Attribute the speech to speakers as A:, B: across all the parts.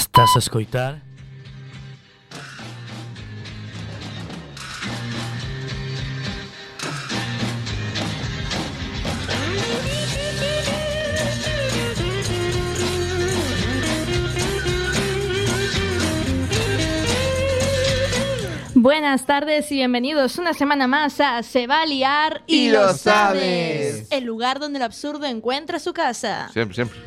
A: Estás a escoitar
B: Buenas tardes y bienvenidos una semana más a Se va a liar
C: Y lo sabes.
B: El lugar donde el absurdo encuentra su casa.
C: Siempre, siempre.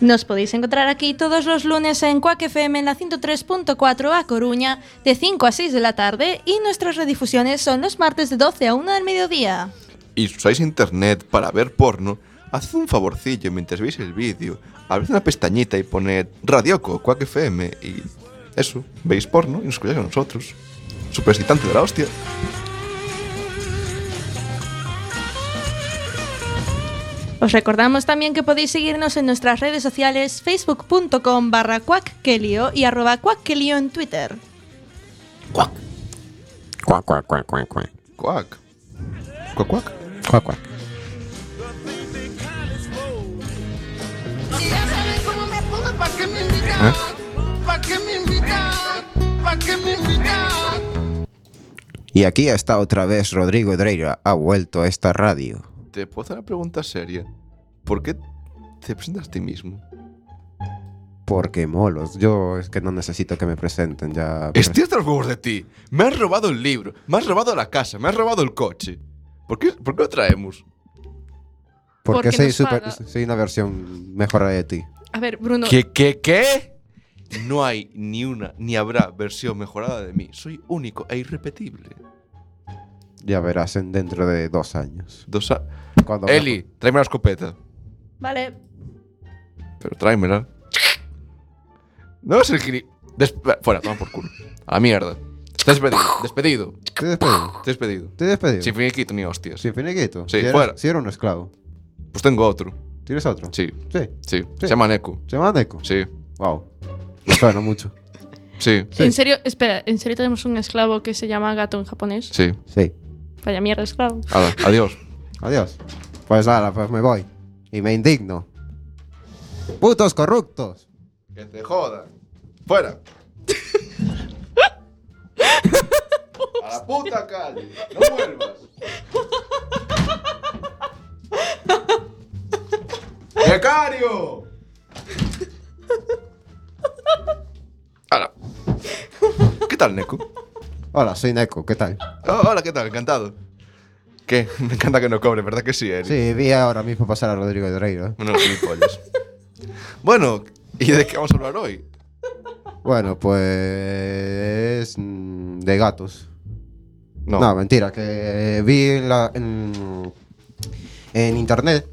B: Nos podéis encontrar aquí todos los lunes en Quack FM en la 103.4 a Coruña de 5 a 6 de la tarde y nuestras redifusiones son los martes de 12 a 1 del mediodía.
C: Y si usáis internet para ver porno, haced un favorcillo mientras veis el vídeo. Abrid una pestañita y poned Radioco, Quack FM y eso, veis porno y nos escucháis a nosotros. Super excitante de la hostia.
B: Os recordamos también que podéis seguirnos en nuestras redes sociales facebook.com barra cuackelio y arroba cuackelio en Twitter.
D: Cuac, cuac, cuac, cuac, cuac.
C: Quack. Quack, quack.
D: Cuac, cuac.
E: Y ya saben cómo me pongo, ¿pa' qué me invitan?
C: ¿Eh?
E: ¿Pa' qué me invitan? ¿Pa' qué me invitan?
F: Y aquí está otra vez Rodrigo Dreira, ha vuelto a esta radio.
C: Te puedo hacer una pregunta seria. ¿Por qué te presentas a ti mismo?
F: Porque molos, yo es que no necesito que me presenten ya.
C: Estoy hasta los huevos de ti. Me has robado el libro, me has robado la casa, me has robado el coche. ¿Por qué, por qué lo traemos?
F: Porque,
B: Porque
F: soy,
B: nos
F: super-
B: paga.
F: soy una versión mejorada de ti.
B: A ver, Bruno,
C: ¿Qué, qué, qué? No hay ni una ni habrá versión mejorada de mí. Soy único e irrepetible.
F: Ya verás en dentro de dos años.
C: Dos a-
F: Cuando me-
C: Eli, tráeme la escopeta.
B: vale,
C: Pero tráemela. No es el gri... Des- Fuera, toma por culo. A la mierda. Estás despedido. Despedido.
F: Te despedido.
C: Estás despedido.
F: Te despedido.
C: Sin finiquito ni hostias.
F: Sin finiquito.
C: Sí,
F: si eres-
C: fuera.
F: si era un esclavo.
C: Pues tengo otro.
F: ¿Tienes otro?
C: Sí,
F: Sí.
C: sí. Se
F: Sí.
C: llama Neko.
F: ¿Se llama Neko?
C: Sí,
F: Wow. Me suena mucho.
C: sí,
F: Sí.
G: En serio, espera, ¿en serio tenemos un esclavo que se llama gato en japonés?
C: sí.
F: Sí.
G: Vaya mierda, esclavo.
C: Hala, adiós.
F: Adiós. Pues nada, pues me voy. Y me indigno. ¡Putos corruptos!
C: Que te jodan. Fuera. A la puta calle. No vuelvas. ¡Becario! Hola. ¿Qué tal, Neko?
F: Hola, soy Neko, ¿qué tal?
C: Oh, hola, ¿qué tal? Encantado. ¿Qué? Me encanta que no cobre, ¿verdad que sí, Eric?
F: Sí, vi ahora mismo pasar a Rodrigo ¿eh? Dreiro.
C: Menos gilipollas. bueno, ¿y de qué vamos a hablar hoy?
F: Bueno, pues. mm, de gatos. No, mentira, que vi en, la- en, en internet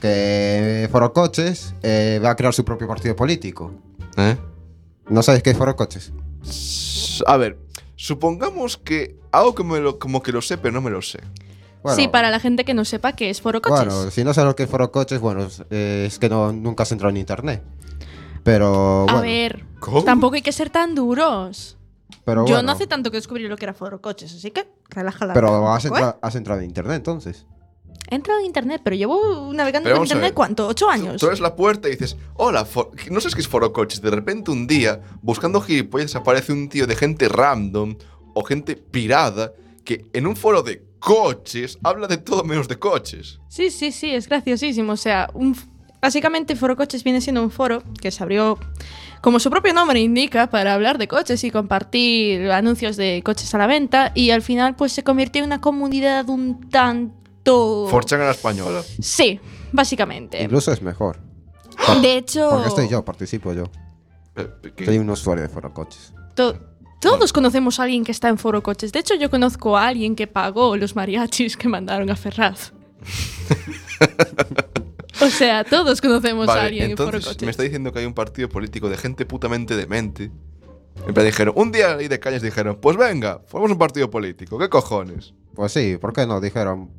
F: que Foro Coches eh, va a crear su propio partido político.
C: ¿Eh?
F: ¿No sabes qué es Foro Coches?
C: S- A ver, supongamos que hago como, lo, como que lo sé, pero no me lo sé.
F: Bueno,
G: Sí, para la gente que no sepa que es Foro Coches.
F: Bueno, si no sabes lo que es Foro Coches, bueno, es, eh, es que no, nunca has entrado en internet. Pero bueno,
G: A ver,
C: ¿Cómo?
G: tampoco hay que ser tan duros.
F: pero
B: yo
F: bueno,
B: no hace tanto que descubrí lo que era foro coches, así que relájala.
F: pero has,
G: ¿eh?
B: entrado...
F: entra- has entrado en internet entonces.
B: He entrado en internet, pero llevo navegando
C: Pero
B: en
C: vamos a
B: internet
C: ver.
B: cuánto, ocho
G: Ah,
B: años.
C: Tú abres la puerta y dices, hola, for- no sabes qué es foro coches. De repente un día, buscando gilipollas, aparece un tío de gente random o gente pirada que en un foro de coches habla de todo menos de coches.
G: Sí, sí, sí, es graciosísimo. O sea, un f- básicamente Foro Coches viene siendo un foro que se abrió, como su propio nombre indica, para hablar de coches y compartir anuncios de coches a la venta. Y al final, pues se convirtió en una comunidad un tanto.
C: Forchan a la española.
G: Sí, básicamente.
F: Incluso es mejor.
G: De hecho.
F: Ah, Porque estoy yo, participo yo.
C: Eh, ¿qué?
F: Soy un usuario de Foro Coches.
G: To- todos conocemos a alguien que está en Foro Coches. De hecho, yo conozco a alguien que pagó los mariachis que mandaron a Ferraz. o sea, todos conocemos a
C: Vale,
G: alguien en Foro
C: entonces
G: Coches.
C: me está diciendo que hay un partido político de gente putamente demente. En plan, dijeron, un día ahí de calles dijeron, pues venga, formamos un partido político, ¿qué cojones?
F: Pues sí, ¿por qué no? Dijeron,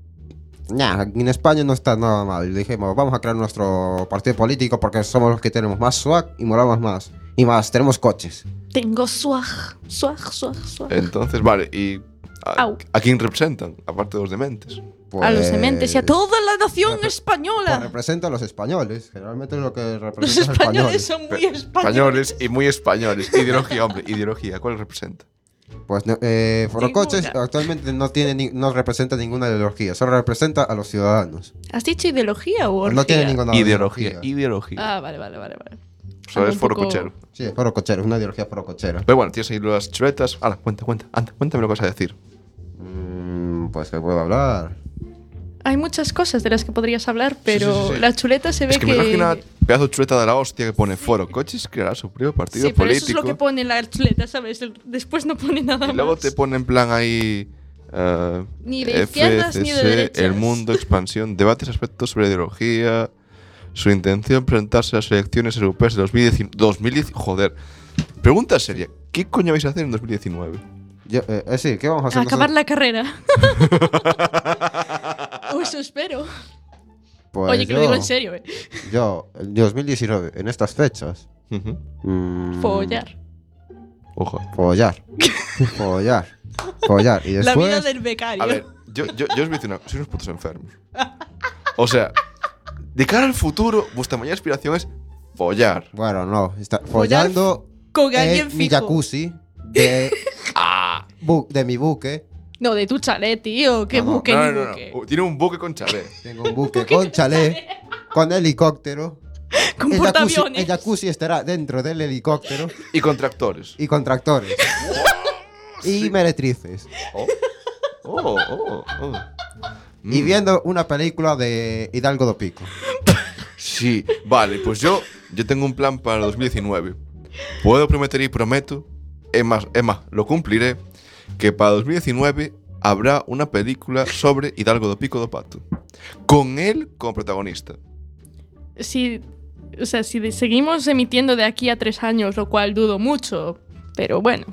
F: nah, en España no está nada mal. Dijimos, vamos a crear nuestro partido político porque somos los que tenemos más swag y moramos más. Y más, tenemos coches.
C: Eh,
G: Tengo swag, swag, swag, swag.
C: Entonces, vale, ¿y ¿A,
G: Au.
C: a quién representan? Aparte de los dementes.
G: a los dementes y a toda la nación
F: repre- Pues
G: española.
F: representa a los españoles. Generalmente es lo que representa
G: Los españoles son muy
C: Pe-
G: españoles.
C: y muy españoles. Ideología, hombre, ideología. ¿Cuál representa?
F: Pues no, eh, Forocoches
G: Ninguna.
F: actualmente no tiene ni- no representa ninguna ideología, solo representa a los ciudadanos.
G: ¿Has dicho ideología o
F: No
G: orgía?
F: tiene ninguna
C: ideología, ideología.
G: Ah, vale, vale, vale. vale.
C: o sea,
G: algo
C: es
G: un
C: foro
G: poco-
C: cochero.
F: Sí, es forocochero, es una ideología forocochera.
C: Pero bueno, tienes ahí las chuletas. Ahora, cuenta, cuenta. Anda, cuéntame lo que vas a decir.
F: Mm, pues que puedo hablar.
G: Hay muchas cosas de las que podrías hablar, pero
C: sí, sí, sí.
G: la chuleta se ve
C: Es que me traje una
G: que...
C: pedazo de chuleta de la hostia que pone foro coches, creará su propio partido
G: Sí, pero eso es
C: político.
G: lo que pone la chuleta, ¿sabes? El- Después no pone nada
C: y luego
G: más.
C: te pone en plan ahí. eh,
G: Ni de izquierdas ni de derechas.
C: El mundo, expansión, debates, aspectos sobre ideología. Su intención presentarse a las elecciones europeas de 2019. 2010 joder. Pregunta seria: ¿qué coño vais a hacer en 2019?
F: Yo, eh, eh, sí, ¿qué vamos a hacer?
G: acabar
F: nosotros?
G: la carrera. O eso espero.
F: Pues
G: Oye, que lo
F: yo-
G: digo en serio, eh.
F: Yo, en 2019, en estas fechas.
C: Ujú.
F: mm,
G: Follar.
C: Ojo.
F: Follar. follar. Follar. Y
G: La vida
F: después.
G: del becario.
C: A ver, yo, yo, yo os voy a decir una cosa, sois unos putos enfermos. O sea, de cara al futuro, vuestra mayor aspiración es follar.
F: Bueno, no. Está
G: Follar
F: follando.
G: con alguien
F: en mi
G: fijo.
F: jacuzzi. De, ah, bu- de mi buque.
G: No, de tu chalet, tío. Qué
F: No, no,
G: buque,
C: no,
G: ni
C: no, no,
G: buque.
C: no. Tiene un buque con chalet.
F: Tengo un buque con chalet. Con helicóptero.
G: Con
F: el jacuzzi, el
G: portaaviones.
F: jacuzzi estará dentro del helicóptero.
C: Y con tractores.
F: Y con tractores. y meretrices.
C: Oh, oh, oh, oh.
F: Y viendo una película de Hidalgo do Pico.
C: Sí, vale, pues yo, yo tengo un plan para 2019. Puedo prometer y prometo, es más, es más, lo cumpliré, que para 2019 habrá una película sobre Hidalgo do Pico do Pato. Con él como protagonista.
G: Si, o sea, si de- seguimos emitiendo de aquí a tres años, lo cual dudo mucho, pero bueno,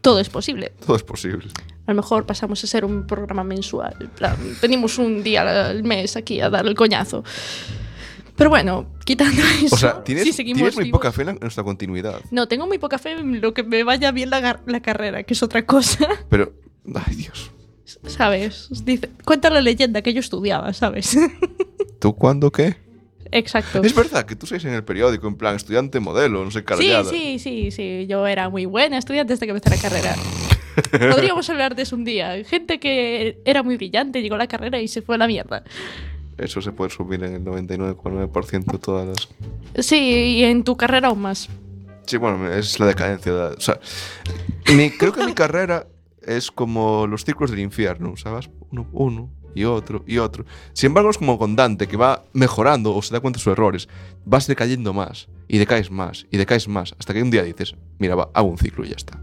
G: todo es posible.
C: Todo es posible.
G: A lo mejor pasamos a ser un programa mensual. en plan, Tenemos un día al mes aquí a dar el coñazo. Pero bueno, quitando eso,
C: O sea, tienes,
G: si seguimos
C: tienes muy
G: vivos-
C: poca fe en la- en nuestra continuidad.
G: No, tengo muy poca fe en lo que me vaya bien la, gar- la carrera, que es otra cosa.
C: Pero, ay Dios.
G: ¿Sabes? Dice, cuenta la leyenda que yo estudiaba, ¿sabes?
C: ¿Tú cuándo qué?
G: Exacto.
C: Es verdad que tú sois en el periódico, en plan estudiante modelo, no sé,
G: Sí,
C: cargada.
G: sí, sí, sí. Yo era muy buena estudiante hasta que empecé la carrera. Podríamos hablar de eso un día. Gente que era muy brillante, llegó a la carrera y se fue a la mierda.
C: Eso se puede subir en el 99,9% de todas las...
G: Sí, y en tu carrera aún más.
C: Sí, bueno, es la decadencia. de- o sea, mi- creo que mi carrera es como los círculos del infierno, ¿sabes? Uno, uno y otro y otro. Sin embargo, es como con Dante, que va mejorando o se da cuenta de sus errores. Vas decayendo más y decaes más y decaes más hasta que un día dices, mira, va, hago un ciclo y ya está.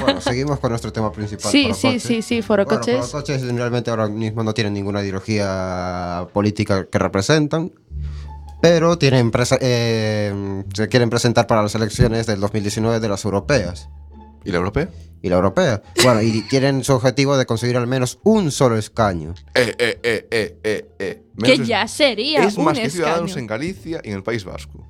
F: Bueno, seguimos con nuestro tema principal.
G: Sí,
F: Forocoches.
G: sí, sí, sí, forocoches.
F: Bueno, forocoches realmente ahora mismo no tienen ninguna ideología política que representan, pero tienen presa- eh, se quieren presentar para las elecciones del 2019 de las europeas
C: ¿Y la europea?
F: y la europea. Bueno, y tienen su objetivo de conseguir al menos un solo escaño.
C: Eh, eh, eh, eh, eh, eh.
G: Que
C: Menos
G: ya sería
C: Es
G: un
C: más que
G: escaño.
C: Ciudadanos en Galicia y en el País Vasco.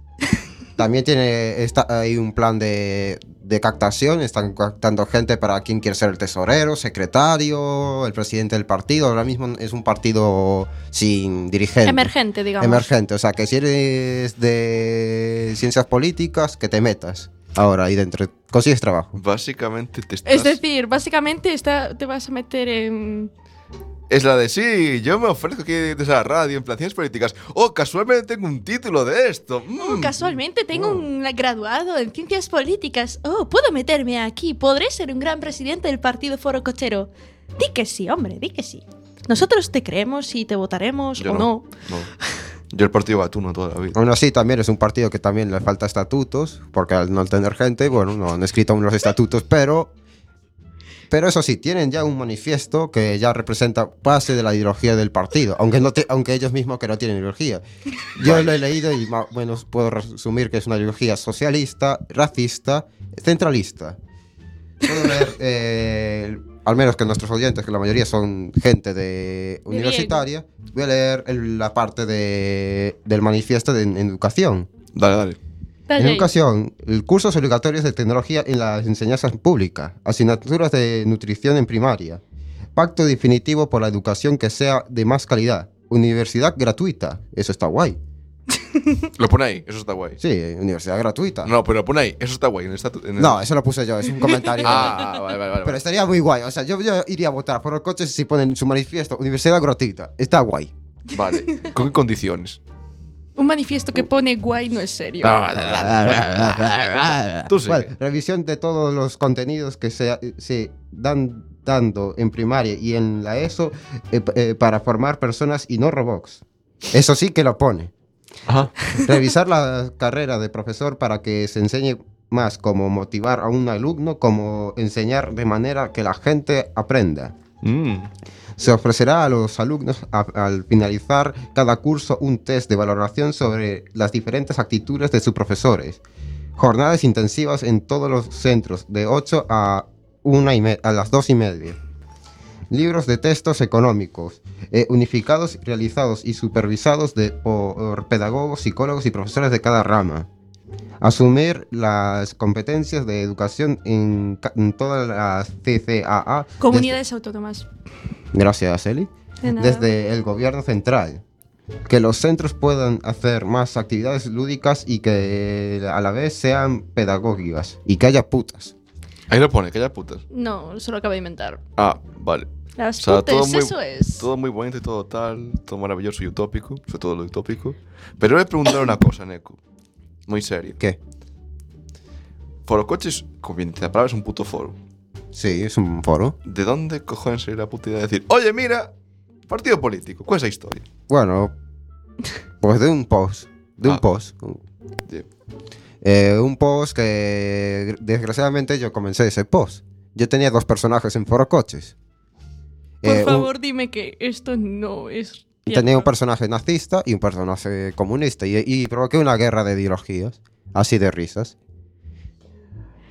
F: También tiene está, hay un plan de, de captación, están captando gente para quien quiere ser el tesorero, secretario, el presidente del partido. Ahora mismo es un partido sin dirigente.
G: Emergente, digamos.
F: Emergente, o sea, que si eres de ciencias políticas, que te metas ahora ahí dentro, consigues trabajo.
C: Básicamente te estás...
G: Es decir, básicamente está, te vas a meter en...
C: Es la de sí, yo me ofrezco aquí desde la radio en planciones políticas. Oh, casualmente tengo un título de esto.
G: Oh,
C: Mm.
G: casualmente tengo
C: Mm.
G: un graduado en ciencias políticas. Oh, puedo meterme aquí. Podré ser un gran presidente del partido Foro Cochero. Di que sí, hombre, di que sí. Nosotros te creemos y te votaremos
C: Yo
G: o no.
C: no. Yo el partido gatuno toda la vida.
F: Aún así, también es un partido que también le falta estatutos, porque al no tener gente, bueno, no han escrito aún los estatutos, pero... Pero eso sí, tienen ya un manifiesto que ya representa base de la ideología del partido, aunque, no te- aunque ellos mismos que no tienen ideología. Yo lo he leído y más o menos puedo resumir que es una ideología socialista, racista, centralista. Puedo leer, eh, al menos que nuestros oyentes, que la mayoría son gente de
G: bien.
F: universitaria, voy a leer el- la parte de- del manifiesto de, en educación.
C: Dale, dale.
F: En educación, el cursos obligatorios de tecnología en las enseñanzas públicas, asignaturas de nutrición en primaria, Pacto definitivo por la educación que sea de más calidad. Universidad gratuita. Eso está guay.
C: Lo pone ahí, eso está guay.
F: Sí, eh, universidad gratuita.
C: No, pero lo pone ahí, eso está guay. En el estatu- en el-
F: No, eso lo puse yo, es un comentario.
C: Ah, vale, vale, vale.
F: Pero estaría muy guay. O sea, yo, yo iría a votar por los coches si ponen su manifiesto Universidad gratuita. Está guay.
C: vale. Vale. ¿Con qué condiciones?
G: Un manifiesto que pone guay no es serio.
C: Ah, Tú sí.
F: Bueno, revisión de todos los contenidos que se, se dan dando en primaria y en la ESO eh, pa- eh, para formar personas y no robots. Eso sí que lo pone. Revisar la carrera de profesor para que se enseñe más cómo motivar a un alumno, cómo enseñar de manera que la gente aprenda.
C: Mm.
F: Se ofrecerá a los alumnos a- al finalizar cada curso un test de valoración sobre las diferentes actitudes de sus profesores. Jornadas intensivas en todos los centros, de 8 a, una y me- a las 2 y media. Libros de textos económicos, eh, unificados, realizados y supervisados de- por pedagogos, psicólogos y profesores de cada rama. Asumir las competencias de educación en, ca- en todas las CCAA. desde-
G: Comunidades autónomas.
F: Gracias, Eli.
G: De nada.
F: Desde el gobierno central. Que los centros puedan hacer más actividades lúdicas y que eh, a la vez sean pedagógicas. Y que haya putas.
C: Ahí lo pone, que haya putas.
G: No, se lo acabo de inventar.
C: Ah, vale.
G: Las
C: O sea, todo
G: putes,
C: muy-
G: eso es.
C: Todo muy bonito y todo tal, todo maravilloso y utópico, sobre todo lo utópico. Pero he preguntado una cosa, Neko. Muy serio.
F: ¿Qué?
C: Foro coches, como bien dice la palabra, es un puto foro.
F: Sí, es un foro.
C: ¿De dónde cojones salió la puta idea de decir, oye, mira, partido político? ¿Cuál es la historia?
F: Bueno, pues de un post. De un
C: Ah.
F: post.
C: Sí.
F: Eh, un post que gr- desgraciadamente yo comencé ese post. Yo tenía dos personajes en foro coches.
G: Por
F: Eh, un-
G: favor, dime que esto no es.
F: Tenía un
G: tierno.
F: personaje nazista y un personaje comunista y, y provoqué una guerra de ideologías, así de risas.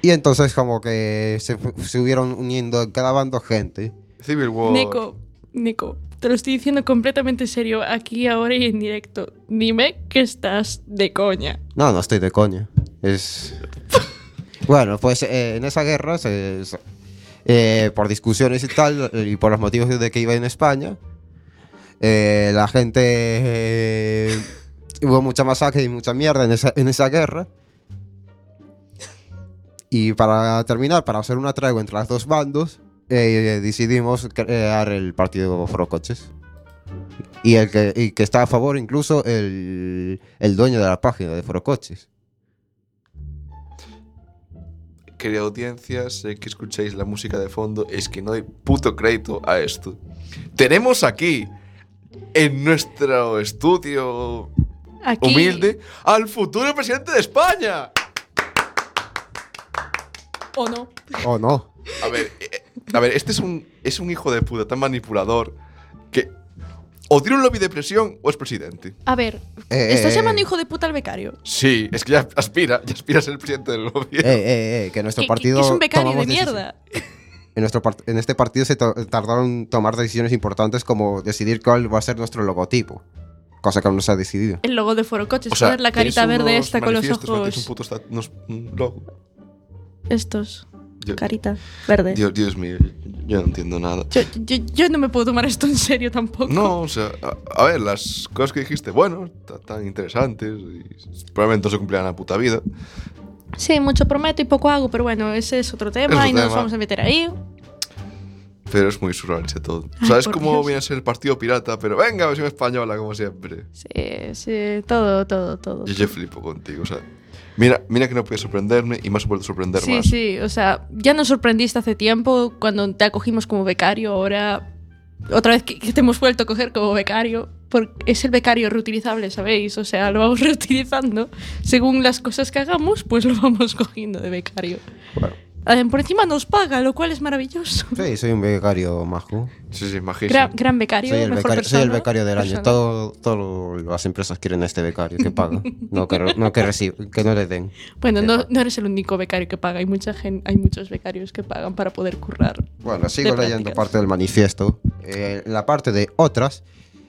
F: Y entonces como que se, fu- se hubieron uniendo en cada bando gente.
C: Civil War.
G: Neko, Neko, te lo estoy diciendo completamente serio aquí, ahora y en directo. Dime que estás de coña.
F: No, no estoy de coña. Es... bueno, pues eh, en esa guerra, se- se- eh, por discusiones y tal, y por los motivos de que iba en España, eh, la gente... eh, hubo mucha masacre y mucha mierda en esa, en esa guerra. Y para terminar, para hacer una tregua entre los dos bandos, eh, decidimos crear el partido Forocoches. Y el que, y que está a favor incluso el, el dueño de la página de Forocoches.
C: Querida audiencia, sé que escucháis la música de fondo, es que no doy puto crédito a esto. Tenemos aquí, en nuestro estudio
G: Aquí,
C: humilde, al futuro presidente de España.
G: ¿O no?
F: Oh, no.
C: A ver, eh, a ver, este es un, es un hijo de puta tan manipulador que o tiene un lobby de presión o es presidente.
G: A ver,
F: Eh,
G: estás
F: eh,
G: llamando
F: eh.
G: hijo de puta al becario.
C: Sí, es que ya aspira, ya aspira a ser el presidente del lobby.
F: Eh, eh, eh, que nuestro
G: Que- que-
F: partido.
G: que es un becario de
F: tomamos decisi-
G: mierda.
F: En, nuestro part- en este partido se to- tardaron en tomar decisiones importantes como decidir cuál va a ser nuestro logotipo. Cosa que aún no se ha decidido.
G: El logo de Forocoches, poner la carita
C: tienes
G: verde
C: unos
G: esta con los
C: manifiestos, ¿no? Tienes un
G: ojos.
C: puto esta- unos- un logo.
G: Estos,
C: Yo-
G: carita verde.
C: Dios, Dios mío, yo no entiendo nada.
G: Yo, yo, yo no me puedo tomar esto en serio tampoco.
C: No, o sea, a, a ver, las cosas que dijiste, bueno, ta- tan interesantes y probablemente no se cumplirán en la puta vida.
G: Sí, mucho prometo y poco hago, pero bueno, ese es otro tema
C: otro
G: y no nos
C: tema.
G: vamos a meter ahí.
C: Pero es muy surrealista todo.
G: Ay,
C: ¿Sabes
G: por
C: cómo
G: Dios.
C: viene a ser el partido pirata? Pero venga, versión española, como siempre.
G: Sí, sí, todo, todo, todo.
C: Yo, yo flipo contigo, o sea. Mira, mira que no puedes sorprenderme y me has vuelto a sorprender
G: Sí,
C: más.
G: sí, o sea, ya nos sorprendiste hace tiempo cuando te acogimos como becario, ahora otra vez que, que te hemos vuelto a coger como becario, porque es el becario reutilizable, ¿sabéis? O sea, lo vamos reutilizando según las cosas que hagamos, pues lo vamos cogiendo de becario.
F: Bueno,
G: Ah, Por encima nos paga, lo cual es maravilloso.
F: sí, soy un becario majo.
C: Sí, sí,
G: Gran,
C: majísimo.
G: gran becario,
F: Soy el
G: mejor
F: becario, soy el
G: persona,
F: becario del año.
G: persona.
F: Todo- Todas las empresas quieren a este becario que paga. No que, re- no que recibe, que no le den.
G: Bueno,
F: Eh,
G: no, no eres el único becario que paga, hay, mucha gen- hay muchos becarios que pagan para poder currar.
F: Bueno, sigo
G: de
F: leyendo
G: prácticas.
F: parte del manifiesto. Eh, la parte de otras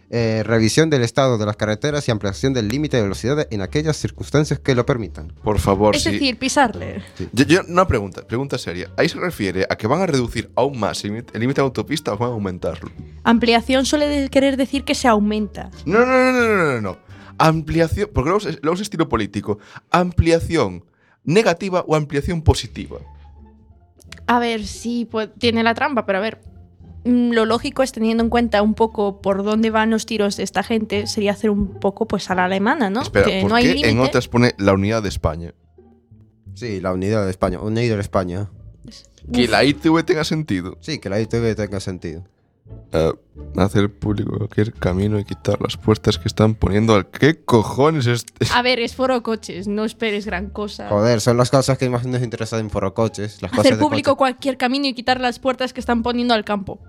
F: eh, revisión del estado de las carreteras y ampliación del límite de velocidad en aquellas circunstancias que lo permitan.
C: Por favor,
G: es
C: sí.
G: decir, pisarle.
C: Yo- yo- una pregunta, pregunta seria. ¿Ahí se refiere a que van a reducir aún más el límite- el límite de autopista o van a aumentarlo?
G: Ampliación suele de- querer decir que se aumenta.
C: No, no, no, no, no, no, no. Ampliación, porque luego es, luego es estilo político. Ampliación negativa o ampliación positiva.
G: A ver, sí, pues, tiene la trampa, pero a ver. mm, Lo lógico es teniendo en cuenta un poco por dónde van los tiros de esta gente, sería hacer un poco pues a la alemana, ¿no?
C: Espera,
G: que
C: ¿por
G: no hay
C: qué en
G: límite.
C: otras pone la unidad de España?
F: Sí, la unidad de España, unidad de España.
C: Que la ITV tenga sentido.
F: Sí, que la ITV tenga sentido.
C: Ah, hacer público cualquier camino y quitar las puertas que están poniendo al... ¿Qué cojones es? este?
G: A ver, es foro coches, no esperes gran cosa.
F: Joder, son las cosas que más nos interesan en forocoches. Las cosas
G: Hacer
F: de
G: público
F: coche.
G: cualquier camino y quitar las puertas que están poniendo al campo.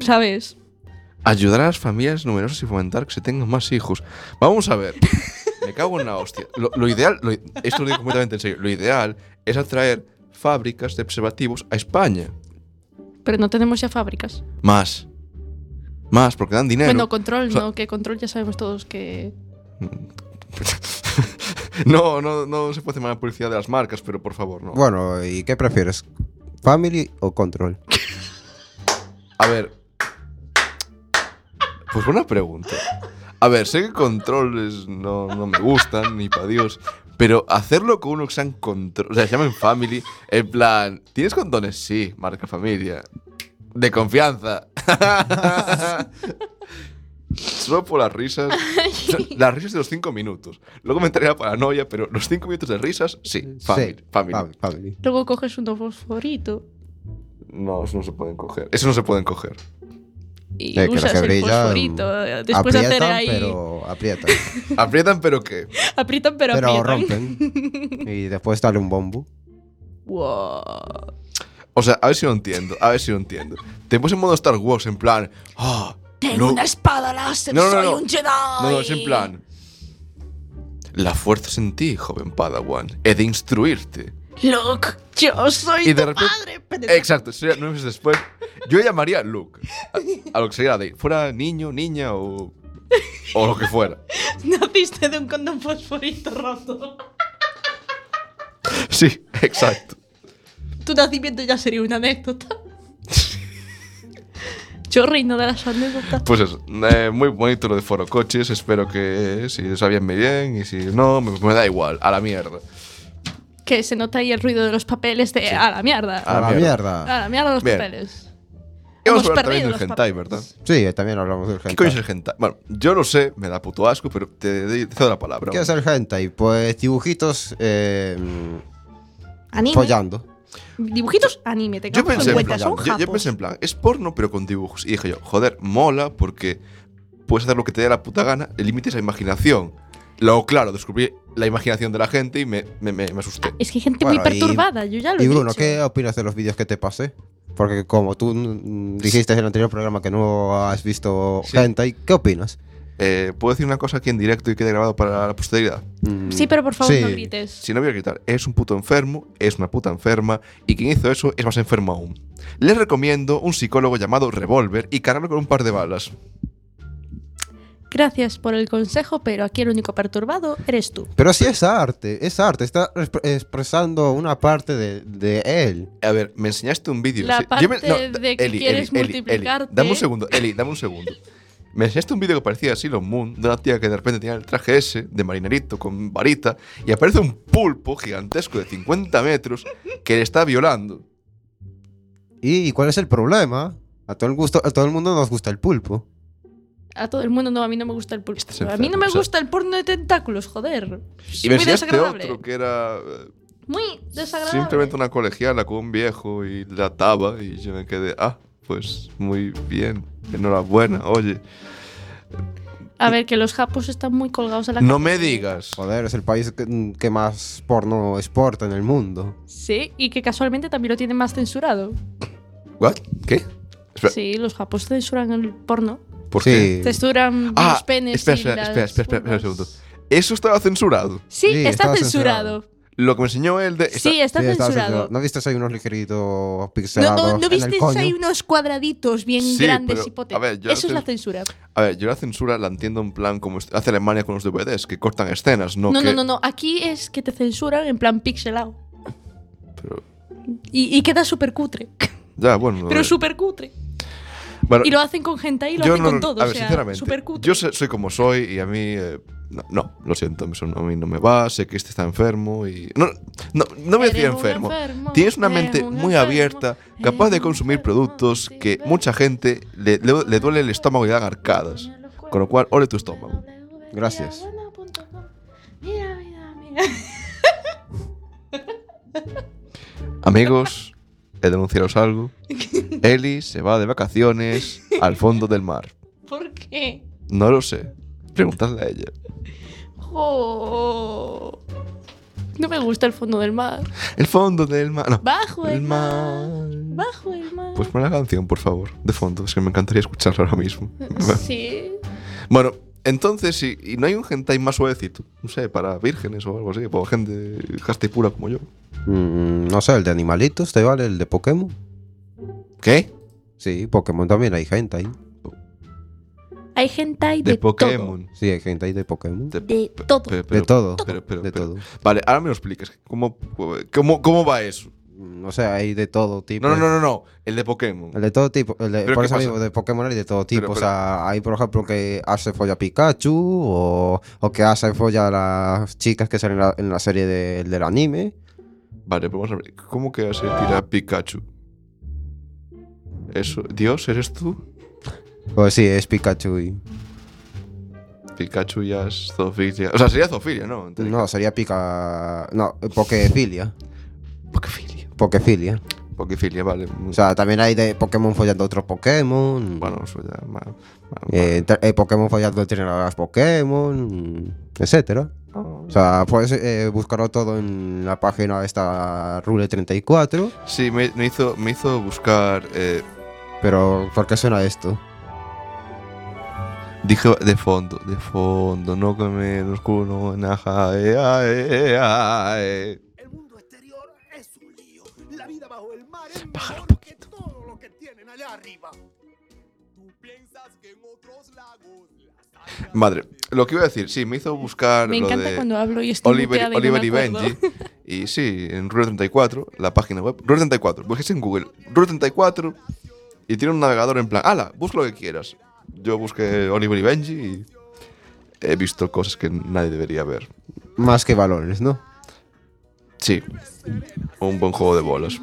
G: ¿Sabes?
C: Ayudar a las familias numerosas y fomentar que se tengan más hijos. Vamos a ver. Me cago en la hostia. Lo, lo ideal, lo- esto lo digo completamente en serio, lo ideal es atraer fábricas de preservativos a España.
G: Pero no tenemos ya fábricas.
C: Más. Más, porque dan dinero.
G: bueno, control,
C: o sea-
G: ¿no? Que control ya sabemos todos que...
C: no, no, no se puede hacer mala publicidad de las marcas, pero por favor, no.
F: Bueno, ¿y qué prefieres? ¿Family o Control?
C: A ver. Pues buena pregunta. A ver, sé que controles no, no me gustan, ni para Dios. Pero hacerlo con uno que sean control. O sea, se llamen family. En plan, ¿tienes condones? Sí, marca familia. De confianza. Solo por las risas. O sea, Las risas de los cinco minutos. Luego me entraría la paranoia, pero los cinco minutos de risas, sí. Family.
F: Sí,
C: family.
F: fam- family.
G: Luego coges un fosforito
C: No, eso no se pueden coger. Eso no se pueden coger.
G: y
F: Eh, que
G: usas
F: las que
G: el
F: brillan,
G: fosforito.
C: mm,
G: eh, Después de hacer
F: aprietan,
G: ahí...
F: pero aprietan.
C: Aprietan, pero ¿qué?
G: Aprietan pero,
F: pero
G: aprietan.
F: rompen. y después dale un bombo.
G: Wow.
C: O sea, a ver si lo entiendo, a ver si lo entiendo. Te puse en modo Star Wars, en plan. ah, no,
G: espada láser,
C: No, no, soy no. un
G: Jedi.
C: no, no, es en plan. La fuerza es en ti, joven Padawan. He de instruirte.
G: Luke, yo soy
C: Y de
G: tu
C: repente-
G: padre.
C: eh.
G: pero-
C: Exacto, sería nueve meses después. Yo llamaría Luke. A, a lo que sería de. Fuera niño, niña o. O lo que fuera.
G: Naciste de un condón fosforito roto.
C: Sí, exacto.
G: Tu nacimiento ya sería una anécdota. Yo reino de las anécdotas.
C: Pues eso. eh, muy bonito lo de Foro Coches. Espero que eh, si lo sabían muy bien y si no, me, me da igual. A la mierda.
G: Que se nota ahí el ruido de los papeles de a la mierda.
C: A
F: A,
C: la
F: la mierda.
G: A la mierda los
C: Ah. Bien.
G: papeles.
C: Y
G: Hemos
C: vamos a hablar también
G: perdido
C: del
G: los
C: hentai,
G: papeles.
C: ¿verdad?
F: Sí, también hablamos del
C: ¿Qué coño es
F: hentai.
C: el hentai? Bueno, yo lo sé, me da puto asco, pero te te cedo la palabra.
F: ¿Qué es el hentai? Pues dibujitos eh, mm,
G: Anime.
F: follando.
G: Dibujitos anime. Te
C: Pues Yo
G: cago en
C: pensé, en
G: cuenta,
C: plan,
G: son
C: yo, yo
G: japos.
C: pensé en plan, es porno pero con dibujos. Y dije yo, joder, mola porque puedes hacer lo que te dé la puta gana, el límite es la imaginación. Luego, claro, descubrí la imaginación de la gente y me, me, me- me asusté.
G: Es que hay gente muy
F: Bueno, y-
G: perturbada. Yo ya lo
F: Y
G: he
F: Bruno,
G: dicho.
F: ¿qué opinas de los vídeos que te pasé? Porque como tú mm, dijiste en el anterior programa que no has visto
C: Sí.
F: hentai, ¿qué opinas?
C: Eh, ¿Puedo decir una cosa aquí en directo y quede grabado para la posteridad?
F: Mm,
G: Sí, pero por favor
F: sí.
G: no grites.
C: Si no voy a gritar, es un puto enfermo, es una puta enferma, y quien hizo eso es más enfermo aún. Les recomiendo un psicólogo llamado Revolver y cargarlo con un par de balas.
G: Gracias por el consejo, pero aquí el único perturbado eres tú.
F: Pero sí es arte, es arte, está exp- expresando una parte de, de él.
C: A ver, me enseñaste un vídeo.
G: La
C: sí. Yo me-
G: parte
C: da-
G: de que quieres multiplicarte.
C: dame un segundo, Eli, dame un segundo. Me enseñaste un vídeo que parecía así, Sailor Moon, de una tía que de repente tenía el traje ese, de marinerito, con varita, y aparece un pulpo gigantesco de 50 metros que le está violando.
F: ¿Y cuál es el problema? A todo el, gusto, a todo el mundo nos gusta el pulpo.
G: A todo el mundo no, a mí no me gusta el porno.
C: Estás
G: A mí
C: enfermo,
G: no me
C: o sea-
G: gusta el porno de tentáculos, joder.
C: Y me
G: muy
C: enseñaste
G: desagradable.
C: otro que era eh,
G: Muy desagradable.
C: simplemente una colegiala con un viejo y la ataba, y yo me quedé, ah, pues muy bien, enhorabuena, oye.
G: A ver, que los japos están muy colgados a la
C: No
G: cabeza.
C: me digas.
F: Joder, es el país que, que más porno exporta en el mundo.
G: Sí, y que casualmente también lo tienen más censurado.
C: ¿What? ¿Qué? Espera,
G: Sí, los japos censuran el porno.
C: ¿Por
F: sí.
C: qué?
G: Censuran
C: Ah,
G: los penes
C: espera,
G: y
C: espera,
G: las
C: espera, espera, espera, espera un
G: vulvas.
C: segundo. Eso estaba censurado.
G: Sí,
F: Sí,
G: está
F: estaba
G: censurado.
C: Lo que me enseñó él de.
G: Sí, está
F: Sí, estaba
G: censurado.
F: censurado. ¿No viste ahí unos ligeritos
G: No,
F: pixelados?
G: no, ¿no
F: en el
G: visteis
F: coño?
G: ahí unos cuadraditos bien
C: Sí,
G: grandes
C: pero,
G: y
C: a ver,
G: potentes?
C: yo
G: Eso es
C: hace-
G: la censura.
C: A ver, yo la censura la entiendo en plan como est- hace Alemania con los DVDs, que cortan escenas, no
G: No,
C: que-
G: no, no, no. Aquí es que te censuran en plan pixelado.
C: Pero-
G: Y, y queda súper cutre.
C: Ya, bueno.
G: Pero
C: eh,
G: súper cutre.
C: bueno,
G: Y lo hacen con gente y lo
C: yo
G: hacen
C: no-
G: con todo.
C: A
G: o
C: ver,
G: sea,
C: sinceramente,
G: súper cutre.
C: yo sé- soy como soy y a mí... eh, no, no, lo siento, eso no- a mí no me va, sé que este está enfermo y... No, no, no voy a decir
G: Eres un
C: enfermo.
G: enfermo,
C: Tienes una
G: eres
C: mente
G: un
C: muy
G: enfermo,
C: abierta, capaz de
G: eres un
C: consumir
G: enfermo,
C: productos
G: sí,
C: que
G: ves.
C: mucha gente le, le- le duele el estómago y dan arcadas. Con lo cual, ole tu estómago.
F: Gracias.
G: Mira, mira, mira.
C: Amigos, he denunciaros algo. Eli se va de vacaciones al fondo del mar.
G: ¿Por qué?
C: No lo sé. Preguntadle a ella.
G: Jo. Oh. No me gusta el fondo del mar.
C: El fondo del mar. No.
G: Bajo el,
C: El
G: mar.
C: mar.
G: Bajo el mar.
C: Pues pon la canción, por favor, de fondo. Es que me encantaría escucharla ahora mismo.
G: sí.
C: bueno, entonces, ¿y, y no hay un hentai más suavecito? No sé, para vírgenes o algo así, para gente casta y pura como yo.
F: Mm, no sé, el de animalitos, ¿te vale? El de Pokémon.
C: ¿Qué?
F: Sí, Pokémon también hay gente ahí.
G: Hay gente ahí de,
C: De, Pokémon.
F: Sí, hay gente ahí de Pokémon.
C: De,
G: todo. De todo.
C: pe-
F: de
C: pero-
F: todo.
C: pero- pero-
F: de
C: pero-
F: todo.
C: Vale, ahora me lo expliques. ¿Cómo, cómo, cómo va eso?
F: No sé, hay de todo tipo.
C: No, no, no, no, no. El de Pokémon.
F: pues El de todo tipo, el de-
C: ¿Pero
F: por
C: qué
F: eso
C: pasa?
F: digo, de Pokémon hay de todo tipo.
C: Pero-
F: o sea, hay por ejemplo que hace folla a Pikachu o, o que hace folla a las chicas que salen en la, en la serie de- del anime.
C: Vale, pero vamos a ver. ¿Cómo que se tira Pikachu? Eso. Dios, ¿eres tú?
F: Pues sí, es Pikachu y...
C: Pikachu ya es zoofilia. O sea, sería zoofilia, ¿no?
F: No, sería Pika... No, Pokefilia.
C: Pokefilia.
F: Pokefilia.
C: Pokefilia, vale.
F: O sea, también hay de Pokémon follando a otros Pokémon.
C: bueno, eso ya. ma- ma-
F: Eh, tra- eh, Pokémon follando entre las Pokémon, etcétera. O sea, puedes eh, buscarlo todo en la página de esta Rule 34,
C: ma- Sí, me, me hizo, me hizo buscar. eh,
F: pero ¿por qué suena esto?
C: dije de fondo, de fondo, no que me nos cuno, naja, eh, ah, eh, eh, ah, eh.
E: El mundo exterior es un lío. La vida bajo el mar es mejor que todo lo que tienen allá arriba. Tú piensas que en otros lagos las algas
C: Madre, lo que iba a decir, sí, me hizo buscar.
G: Me
C: lo
G: encanta
C: de-
G: cuando hablo y estoy
C: Oliver,
G: muteada y no
C: Oliver
G: me
C: y
G: acuerdo.
C: Benji. Y sí, en Rule 34, la página web. Rule 34, busques en Google. Rule 34 y tiene un navegador en plan, ala, busca lo que quieras. Yo busqué Oliver y Benji y he visto cosas que nadie debería ver.
F: Más que balones, ¿no?
C: Sí, un buen juego de bolas.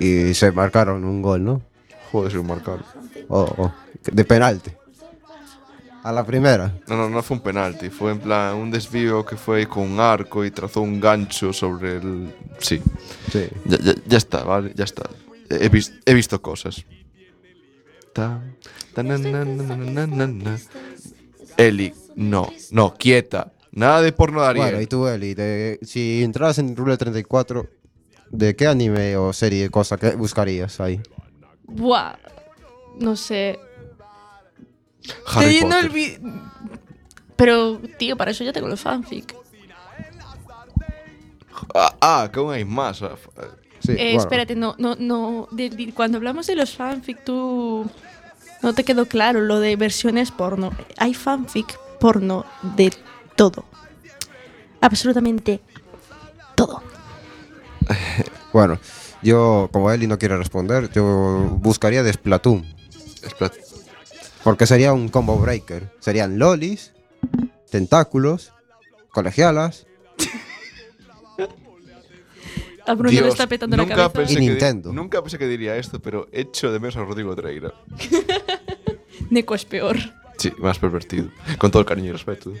F: Y se marcaron un gol, ¿no?
C: Joder, sin marcar.
F: Oh, oh, de penalti. A la primera.
C: No, no, no fue un penalti, fue en plan un desvío que fue con un arco y trazó un gancho sobre el... Sí,
F: Sí.
C: Ya, ya- ya está, vale, ya está. He, vis- he visto cosas. Ta- ta- na- na- na- na- na- na- na. Eli, no, no, quieta. Nada de porno de Ariel.
F: Bueno, y tú, Eli, de- si entras en Rule 34, ¿de qué anime o serie, cosa que buscarías ahí?
G: Buah. No sé.
C: Harry
G: Te- no
C: Potter.
G: olvi- Pero, tío, para eso ya tengo los fanfic.
C: Ah, ah, que aún hay más. Ah, f- eh,
F: Sí,
G: Eh, Espérate, no, no, no. de- de- cuando hablamos de los fanfic, tú. No te quedó claro lo de versiones porno. Hay fanfic porno de todo. Absolutamente todo.
F: Bueno, yo, como Eli no quiere responder, yo buscaría de Splatoon.
C: espera.
F: Porque sería un combo breaker. Serían lolis, tentáculos, colegialas
G: A Bruno le
C: Dios,
G: está petando
C: nunca
G: la cabeza.
C: pensé
F: Y
C: que di-
F: Nintendo.
C: nunca pensé que diría esto, pero echo de menos a Rodrigo Treira.
G: Neko es peor.
C: Sí, más pervertido. Con todo el cariño y respeto.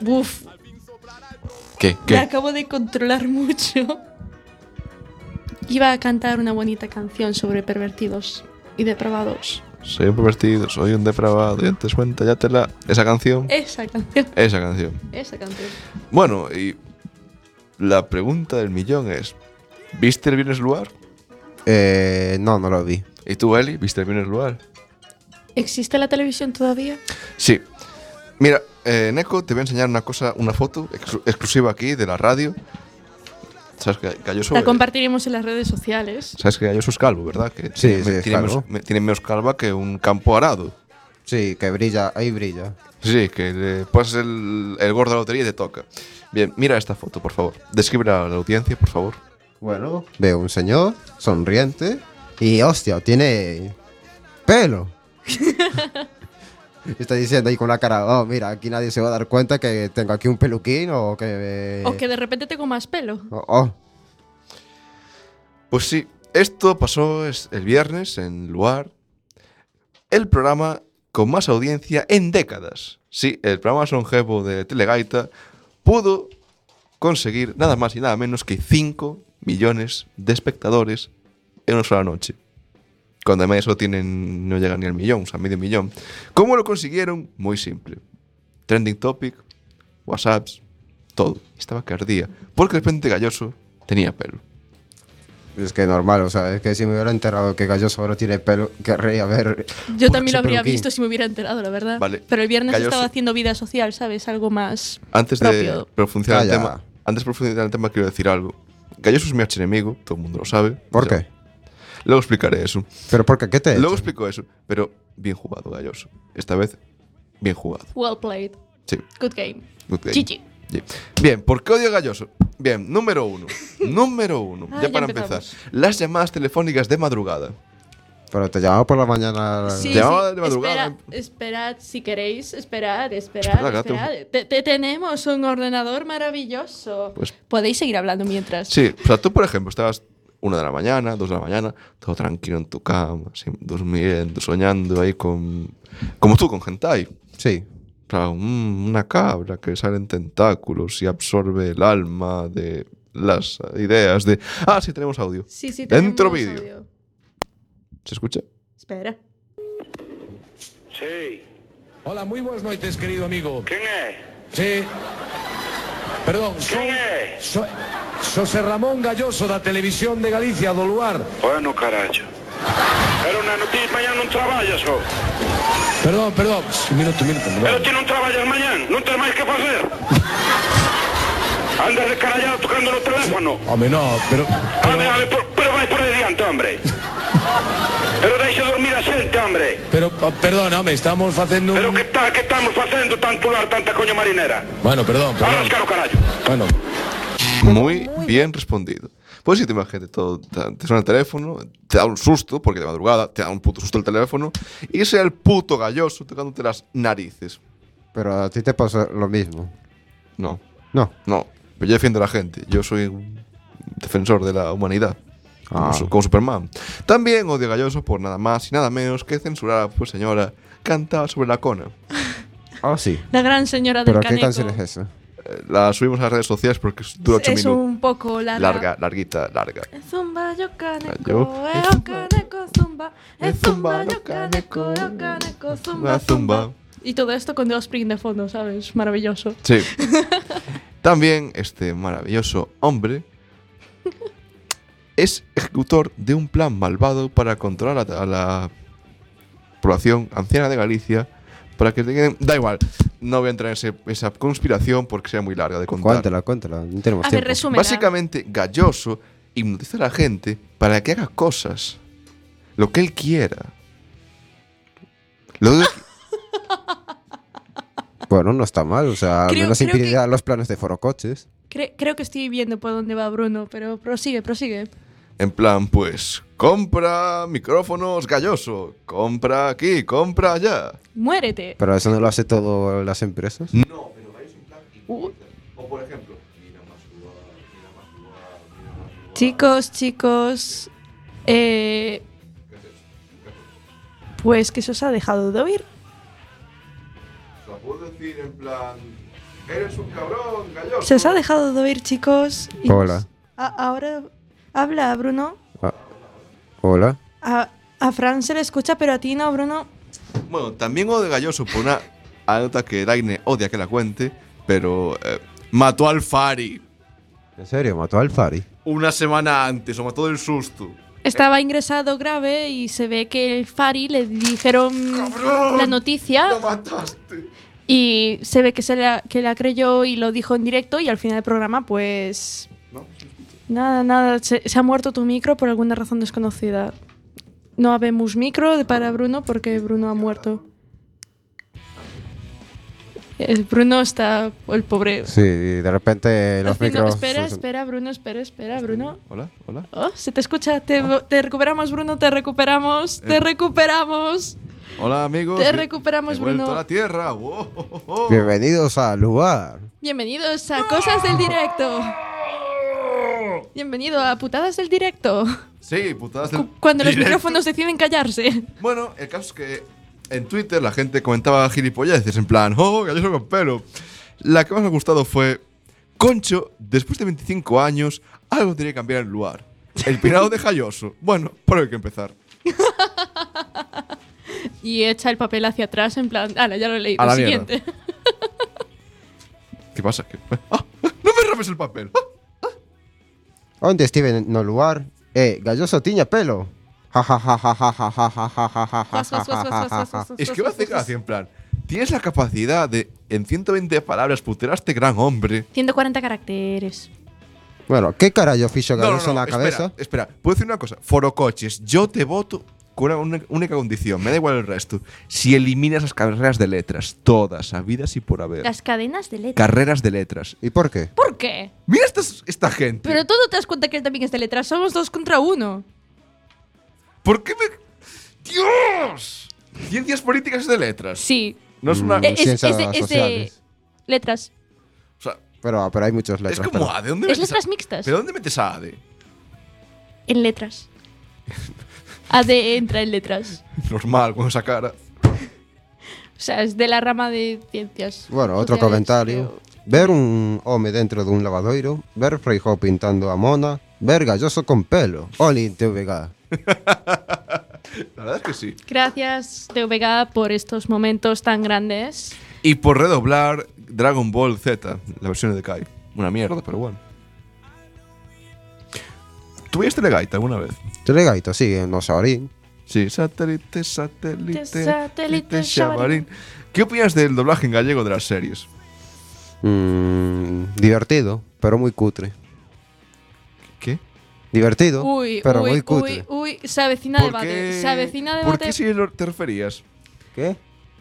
G: Uf,
C: ¿Qué?
G: me
C: ¿Qué?
G: acabo de controlar mucho. Iba a cantar una bonita canción sobre pervertidos y depravados.
C: Soy un pervertido, soy un depravado. Ya te das cuenta, ya te la. Esa canción.
G: Esa canción.
C: Esa canción.
G: Esa canción.
C: Bueno, y la pregunta del millón es, ¿viste el Viernes Luar?
F: Eh, no, no lo vi.
C: ¿Y tú, Eli, viste el Viernes Luar?
G: ¿Existe la televisión todavía?
C: Sí. Mira, eh, Neko, te voy a enseñar una cosa, una foto exclu- exclusiva aquí de la radio ¿Sabes que Galloso,
G: La
C: eh,
G: compartiremos en las redes sociales.
C: Sabes que Galloso es calvo, ¿verdad? Que
F: Sí,
C: tiene,
F: sí, es
C: tiene
F: calvo.
C: menos, me- tiene menos calva que un campo arado.
F: Sí, que brilla, ahí brilla.
C: Sí, que le pasas el, el gordo a la lotería y te toca. Bien, mira esta foto, por favor. Describe a la audiencia, por favor.
F: Bueno, veo un señor sonriente y hostia, tiene pelo. Está diciendo ahí con la cara, oh, mira, aquí nadie se va a dar cuenta que tengo aquí un peluquín o que...
C: Eh.
G: O que de repente tengo más pelo.
F: Oh, oh.
C: Pues sí, esto pasó es- el viernes en Luar, el programa con más audiencia en décadas. Sí, el programa Sonjevo de Telegaita pudo conseguir nada más y nada menos que 5 millones de espectadores en una sola noche. Cuando además eso tienen, no llega ni al millón, o sea, medio millón. ¿Cómo lo consiguieron? Muy simple. Trending topic, WhatsApps, todo. Estaba que ardía. Porque de repente Galloso tenía pelo.
F: Es que normal, o sea, es que si me hubiera enterado que Galloso ahora tiene pelo, querría ver...
G: Yo
F: por
G: también
F: su
G: lo habría
F: peluquín.
G: visto si me hubiera enterado, la verdad.
C: Vale.
G: Pero el viernes
C: Calloso.
G: estaba haciendo vida social, ¿sabes? Algo más
C: Antes de
G: propio.
C: profundizar en el
F: Calla.
C: tema, antes de profundizar en el tema quiero decir algo. Galloso es mi archienemigo, todo el mundo lo sabe.
F: ¿Por
C: O sea,
F: qué?
C: Luego explicaré eso.
F: ¿Pero por qué? ¿Qué te he hecho?
C: Luego explico eso, pero bien jugado, Galloso. Esta vez, bien jugado.
G: Well played.
C: Sí.
G: Good game.
C: good game.
G: Chichi.
C: Sí. Bien, ¿por qué odio a Galloso? Bien, número uno. número uno.
G: Ah,
C: ya
G: ya
C: para empezar.
G: empezamos.
C: Las llamadas telefónicas de madrugada.
F: Pero te llamaba por la mañana...
G: Sí, sí.
C: Llamaba de madrugada.
G: Espera, esperad, si queréis, esperad,
C: Espera,
G: esperad,
C: gato.
G: esperad. Te, te- tenemos un ordenador maravilloso.
C: Pues-
G: Podéis seguir hablando mientras.
C: Sí, o sea, tú, por ejemplo, estabas una de la mañana, dos de la mañana, todo tranquilo en tu cama, así, durmiendo, soñando ahí con. Como tú, con Gentai.
F: Sí.
C: O sea, un- una cabra que sale en tentáculos y absorbe el alma de las ideas de... Ah, sí, tenemos audio.
G: sí, sí
C: Dentro
G: tenemos
C: vídeo.
G: audio.
C: ¿Se escucha?
G: Espera.
A: Sí.
H: Hola, muy buenas noches, querido amigo.
A: ¿Quién es?
H: Sí. Perdón,
A: ¿Quién es?
H: soy José Ramón Galloso da Televisión de Galicia, do lugar.
A: Bueno, caracho. Pero una noticia, mañana no trabajas, oh.
H: Perdón, perdón. Un minuto, un minuto.
A: Pero ti no trabajas mañana, no tienes más que hacer. Andas descarallado tocando los teléfonos.
H: Hombre, no, pero...
A: Ah, déjame por- pero vais por delante, hombre. Pero deixa dormir a xente, hombre.
H: Pero, pero perdón, hombre, estamos haciendo
A: Pero
H: un...
A: que tal, que estamos facendo tanto lar, tanta coña marinera?
H: Bueno, perdón, perdón.
A: Arrascar o carallo.
H: Bueno,
C: Muy bien respondido. Pues sí, te imaginas, todo, te te suena el teléfono, te da un susto, porque de madrugada te da un puto susto el teléfono, y sea el puto galloso tocándote las narices.
F: Pero a ti te pasó lo mismo.
C: No,
F: No.
C: no. Pero yo defiendo a la gente, yo soy un defensor de la humanidad. Como,
F: Ah.
C: su- como Superman. También odio a Galloso por nada más y nada menos que censurar a pues señora canta sobre la cona.
F: Ah, sí.
G: La gran señora del
F: ¿Pero qué
G: caneco.
F: canción es esa?
C: Eh, La subimos a las redes sociales porque es- dura 8
G: Es
C: minutos.
G: un poco larga.
C: Larga, larguita, larga.
G: Zumba, yo caneco,
C: Yo-
G: eh, yo caneco, zumba. eh,
C: Es zumba,
G: zumba,
C: yo
G: yo caneco,
C: caneco,
G: yo caneco,
C: zumba,
G: zumba,
C: zumba.
G: zumba. Y todo esto con The Offspring de fondo, ¿sabes? Maravilloso.
C: Sí. También este maravilloso hombre es ejecutor de un plan malvado para controlar a, a la población anciana de Galicia para que tengan... Da igual, no voy a entrar en ese- esa conspiración porque sea muy larga de contar.
F: Cuéntala, cuéntala. No tenemos
G: A ver,
F: tiempo.
G: resumen.
C: Básicamente, Galloso hipnotiza a la gente para que haga cosas. Lo que él quiera. Lo que-
F: Bueno, no está mal, o sea, al
G: Creo-
F: menos
G: creo que-
F: impedirá los planes de forocoches.
G: Cre- creo que estoy viendo por dónde va Bruno, pero prosigue, prosigue.
C: en plan, pues, compra micrófonos Galloso. Compra aquí, compra allá.
G: Muérete.
F: Pero eso no lo hace todas las empresas.
G: Chicos, chicos. Eh, pues que se os ha dejado de oír. Se os ha dejado de oír, chicos. y nos-
F: Hola.
G: A- ahora habla, Bruno.
F: Ah, Hola.
G: A, a Fran se le escucha, pero a ti no, Bruno.
C: Bueno, también odio a Galloso por una anécdota que Dagne odia que la cuente, pero eh, mató al Fari
F: ¿En serio? ¿Mató al Fari?
C: una semana antes, lo mató del susto.
G: Estaba ingresado grave y se ve que el Fari le dijeron
C: ¡Cabrón!
G: la noticia
C: ¡Lo mataste!
G: y se ve que, se la, que la creyó y lo dijo en directo y al final del programa pues...
C: No,
G: Nada, nada, se, se ha muerto tu micro por alguna razón desconocida. No habemos micro de- para Bruno porque Bruno ha muerto. El Bruno está, el pobre.
F: Sí, y de repente los
G: Haciendo-
F: micros.
G: espera, espera, Bruno, espera, espera, Bruno.
C: Hola, hola.
G: Oh, se te escucha, te, te recuperamos, Bruno, te recuperamos, te
C: Eh.
G: recuperamos.
C: Hola, amigos.
G: Te
C: He-
G: recuperamos,
C: he vuelto
G: Bruno.
C: a la tierra. Wow, oh, oh.
F: Bienvenidos al lugar.
G: Bienvenidos a Cosas del Directo. Bienvenido a Putadas del Directo.
C: Sí, putadas del
G: Cu- Cuando los
C: directo.
G: micrófonos deciden callarse.
C: Bueno, el caso es que en Twitter la gente comentaba gilipolleces en plan, oh, galloso con pelo. La que más me ha gustado fue, Concho, después de 25 años, algo tiene que cambiar el lugar. El pirado de Galloso. Bueno, por ahí hay que empezar.
G: Y echa el papel hacia atrás en plan, ala, ya lo he leído.
C: A la mierda.
G: Siguiente.
C: ¿Qué pasa? ¿Qué- ¡Ah! ¡No me rompes el papel! ¡Ah!
F: ¿Dónde Steven no lugar? Eh, galloso tiña pelo. Ja, ja, ja, ja, ja, ja, ja, ja, ja, ja, ja,
G: Juas, juas,
F: ja,
G: juas,
F: ja,
G: juas,
F: ja,
G: juas,
F: ja.
G: juas,
C: Es que me
G: juas,
C: hace
G: juas,
C: gracia, en plan, tienes la capacidad de, en 120 palabras, putear a este gran hombre.
G: 140 caracteres.
F: Bueno, ¿qué carajo ficho galloso en la
C: espera,
F: cabeza?
C: Espera, puedo decir una cosa. Forocoches, yo te voto con una uni- única condición, me da igual el resto. Si eliminas las carreras de letras, todas, habidas y por haber.
G: Las cadenas de letras.
C: Carreras de letras.
F: ¿Y por qué?
G: ¿Por qué?
C: Mira estas- esta gente.
G: Pero tú no te das cuenta que él también es de letras. Somos dos contra uno.
C: ¿Por qué me. ¡Dios! Ciencias políticas es de letras.
G: Sí.
C: No es una.
F: Mm,
G: Eh, es-
F: Ciencias
G: es de- es de-
F: sociales.
G: Letras.
C: o sea,
F: Pero, ah, pero hay muchas letras.
C: es como
F: pero-
C: ADE. ¿Dónde
G: Es
C: metes a-
G: letras mixtas.
C: ¿Pero dónde metes a ADE?
G: En letras. AD entra en letras.
C: Normal, con esa cara.
G: O sea, es de la rama de ciencias.
F: Bueno, otro
G: sociales,
F: comentario.
G: pero-
F: Ver un home dentro de un lavadoiro, ver Freijo pintando a Mona, ver galloso con pelo. Oli TVG.
C: La verdad es que sí.
G: Gracias, TVG, por estos momentos tan grandes.
C: Y por redoblar Dragon Ball Z, la versión de Kai. Una mierda, pero bueno. ¿Tuviste Legaita alguna vez?
F: Telegaito, sí, en los Saorín.
C: Sí, satélite, satélite,
G: Te satélite,
C: satélite, chavarín. ¿Qué opinas del doblaje en gallego de las series?
F: Mm, divertido, pero muy cutre.
C: ¿Qué?
F: Divertido,
G: Uy,
F: pero
G: uy,
F: muy cutre.
G: uy, uy, se avecina
C: ¿Por
G: debate.
C: qué-
G: Se avecina
C: ¿Por
G: debate.
C: qué si lo- te referías?
F: ¿Qué?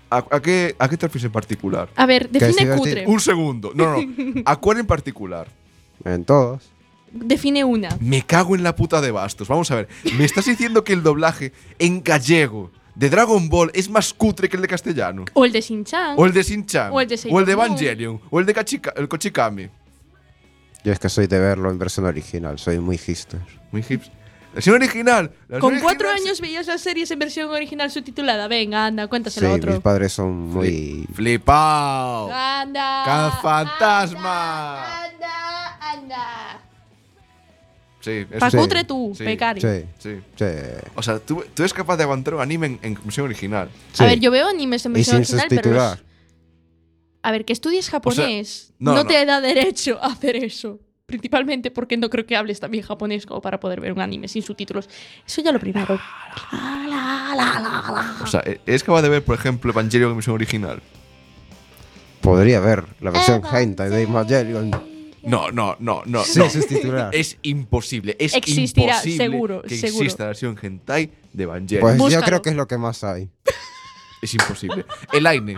C: ¿A, a qué, ¿A qué te refieres en particular?
G: A ver, define
F: divertido.
G: cutre.
C: Un segundo. No, no. ¿A cuál en particular?
F: En todos.
G: Define una.
C: Me cago en la puta de bastos. Vamos a ver. ¿Me estás diciendo que el doblaje en gallego de Dragon Ball es más cutre que el de castellano?
G: O el de Shin-Chan.
C: O el de Shin-Chan.
G: O el de Sailor Moon.
C: Evangelion. O el de Kachika- el Kochikami.
F: Yo es que soy de verlo en versión original, soy muy hipster.
C: Muy hips. La versión original. la versión
G: Con cuatro
C: original
G: años veías las series en versión original subtitulada. Venga, anda,
F: Sí,
G: cuéntaselo a
F: mis
G: otro.
F: padres son
C: se-
F: muy...
C: Flipao.
G: Ah. Anda.
C: ¡Cazafantasma!
G: Anda, anda.
C: Sí, eso
G: Pa'
C: sí.
G: cutre tú,
C: Sí.
G: pecario.
F: Sí,
C: Sí.
F: sí.
C: O sea, tú, tú eres capaz de aguantar un anime en, en versión original.
F: sí.
G: A ver, yo veo animes en
F: Y
G: versión
F: sin
G: original, pero. los-
F: sustitular.
G: A ver, que estudies japonés
C: no,
G: no,
C: no.
G: te da derecho a hacer eso. Principalmente porque no creo que hables también japonés como para poder ver un anime sin subtítulos. Eso ya lo primero.
C: O sea, e- eres capaz de ver, por ejemplo, Evangelion en versión original.
F: Podría ver la versión hentai de Evangelion
C: No, no, no, no.
F: sin
C: no.
F: sustitular.
C: Es imposible, es
G: Existirá,
C: imposible
G: seguro,
C: que
G: seguro.
C: exista la versión hentai de Evangelion.
F: Pues yo
G: Búscalo.
F: creo que es lo que más hay.
C: Es imposible. Elaine,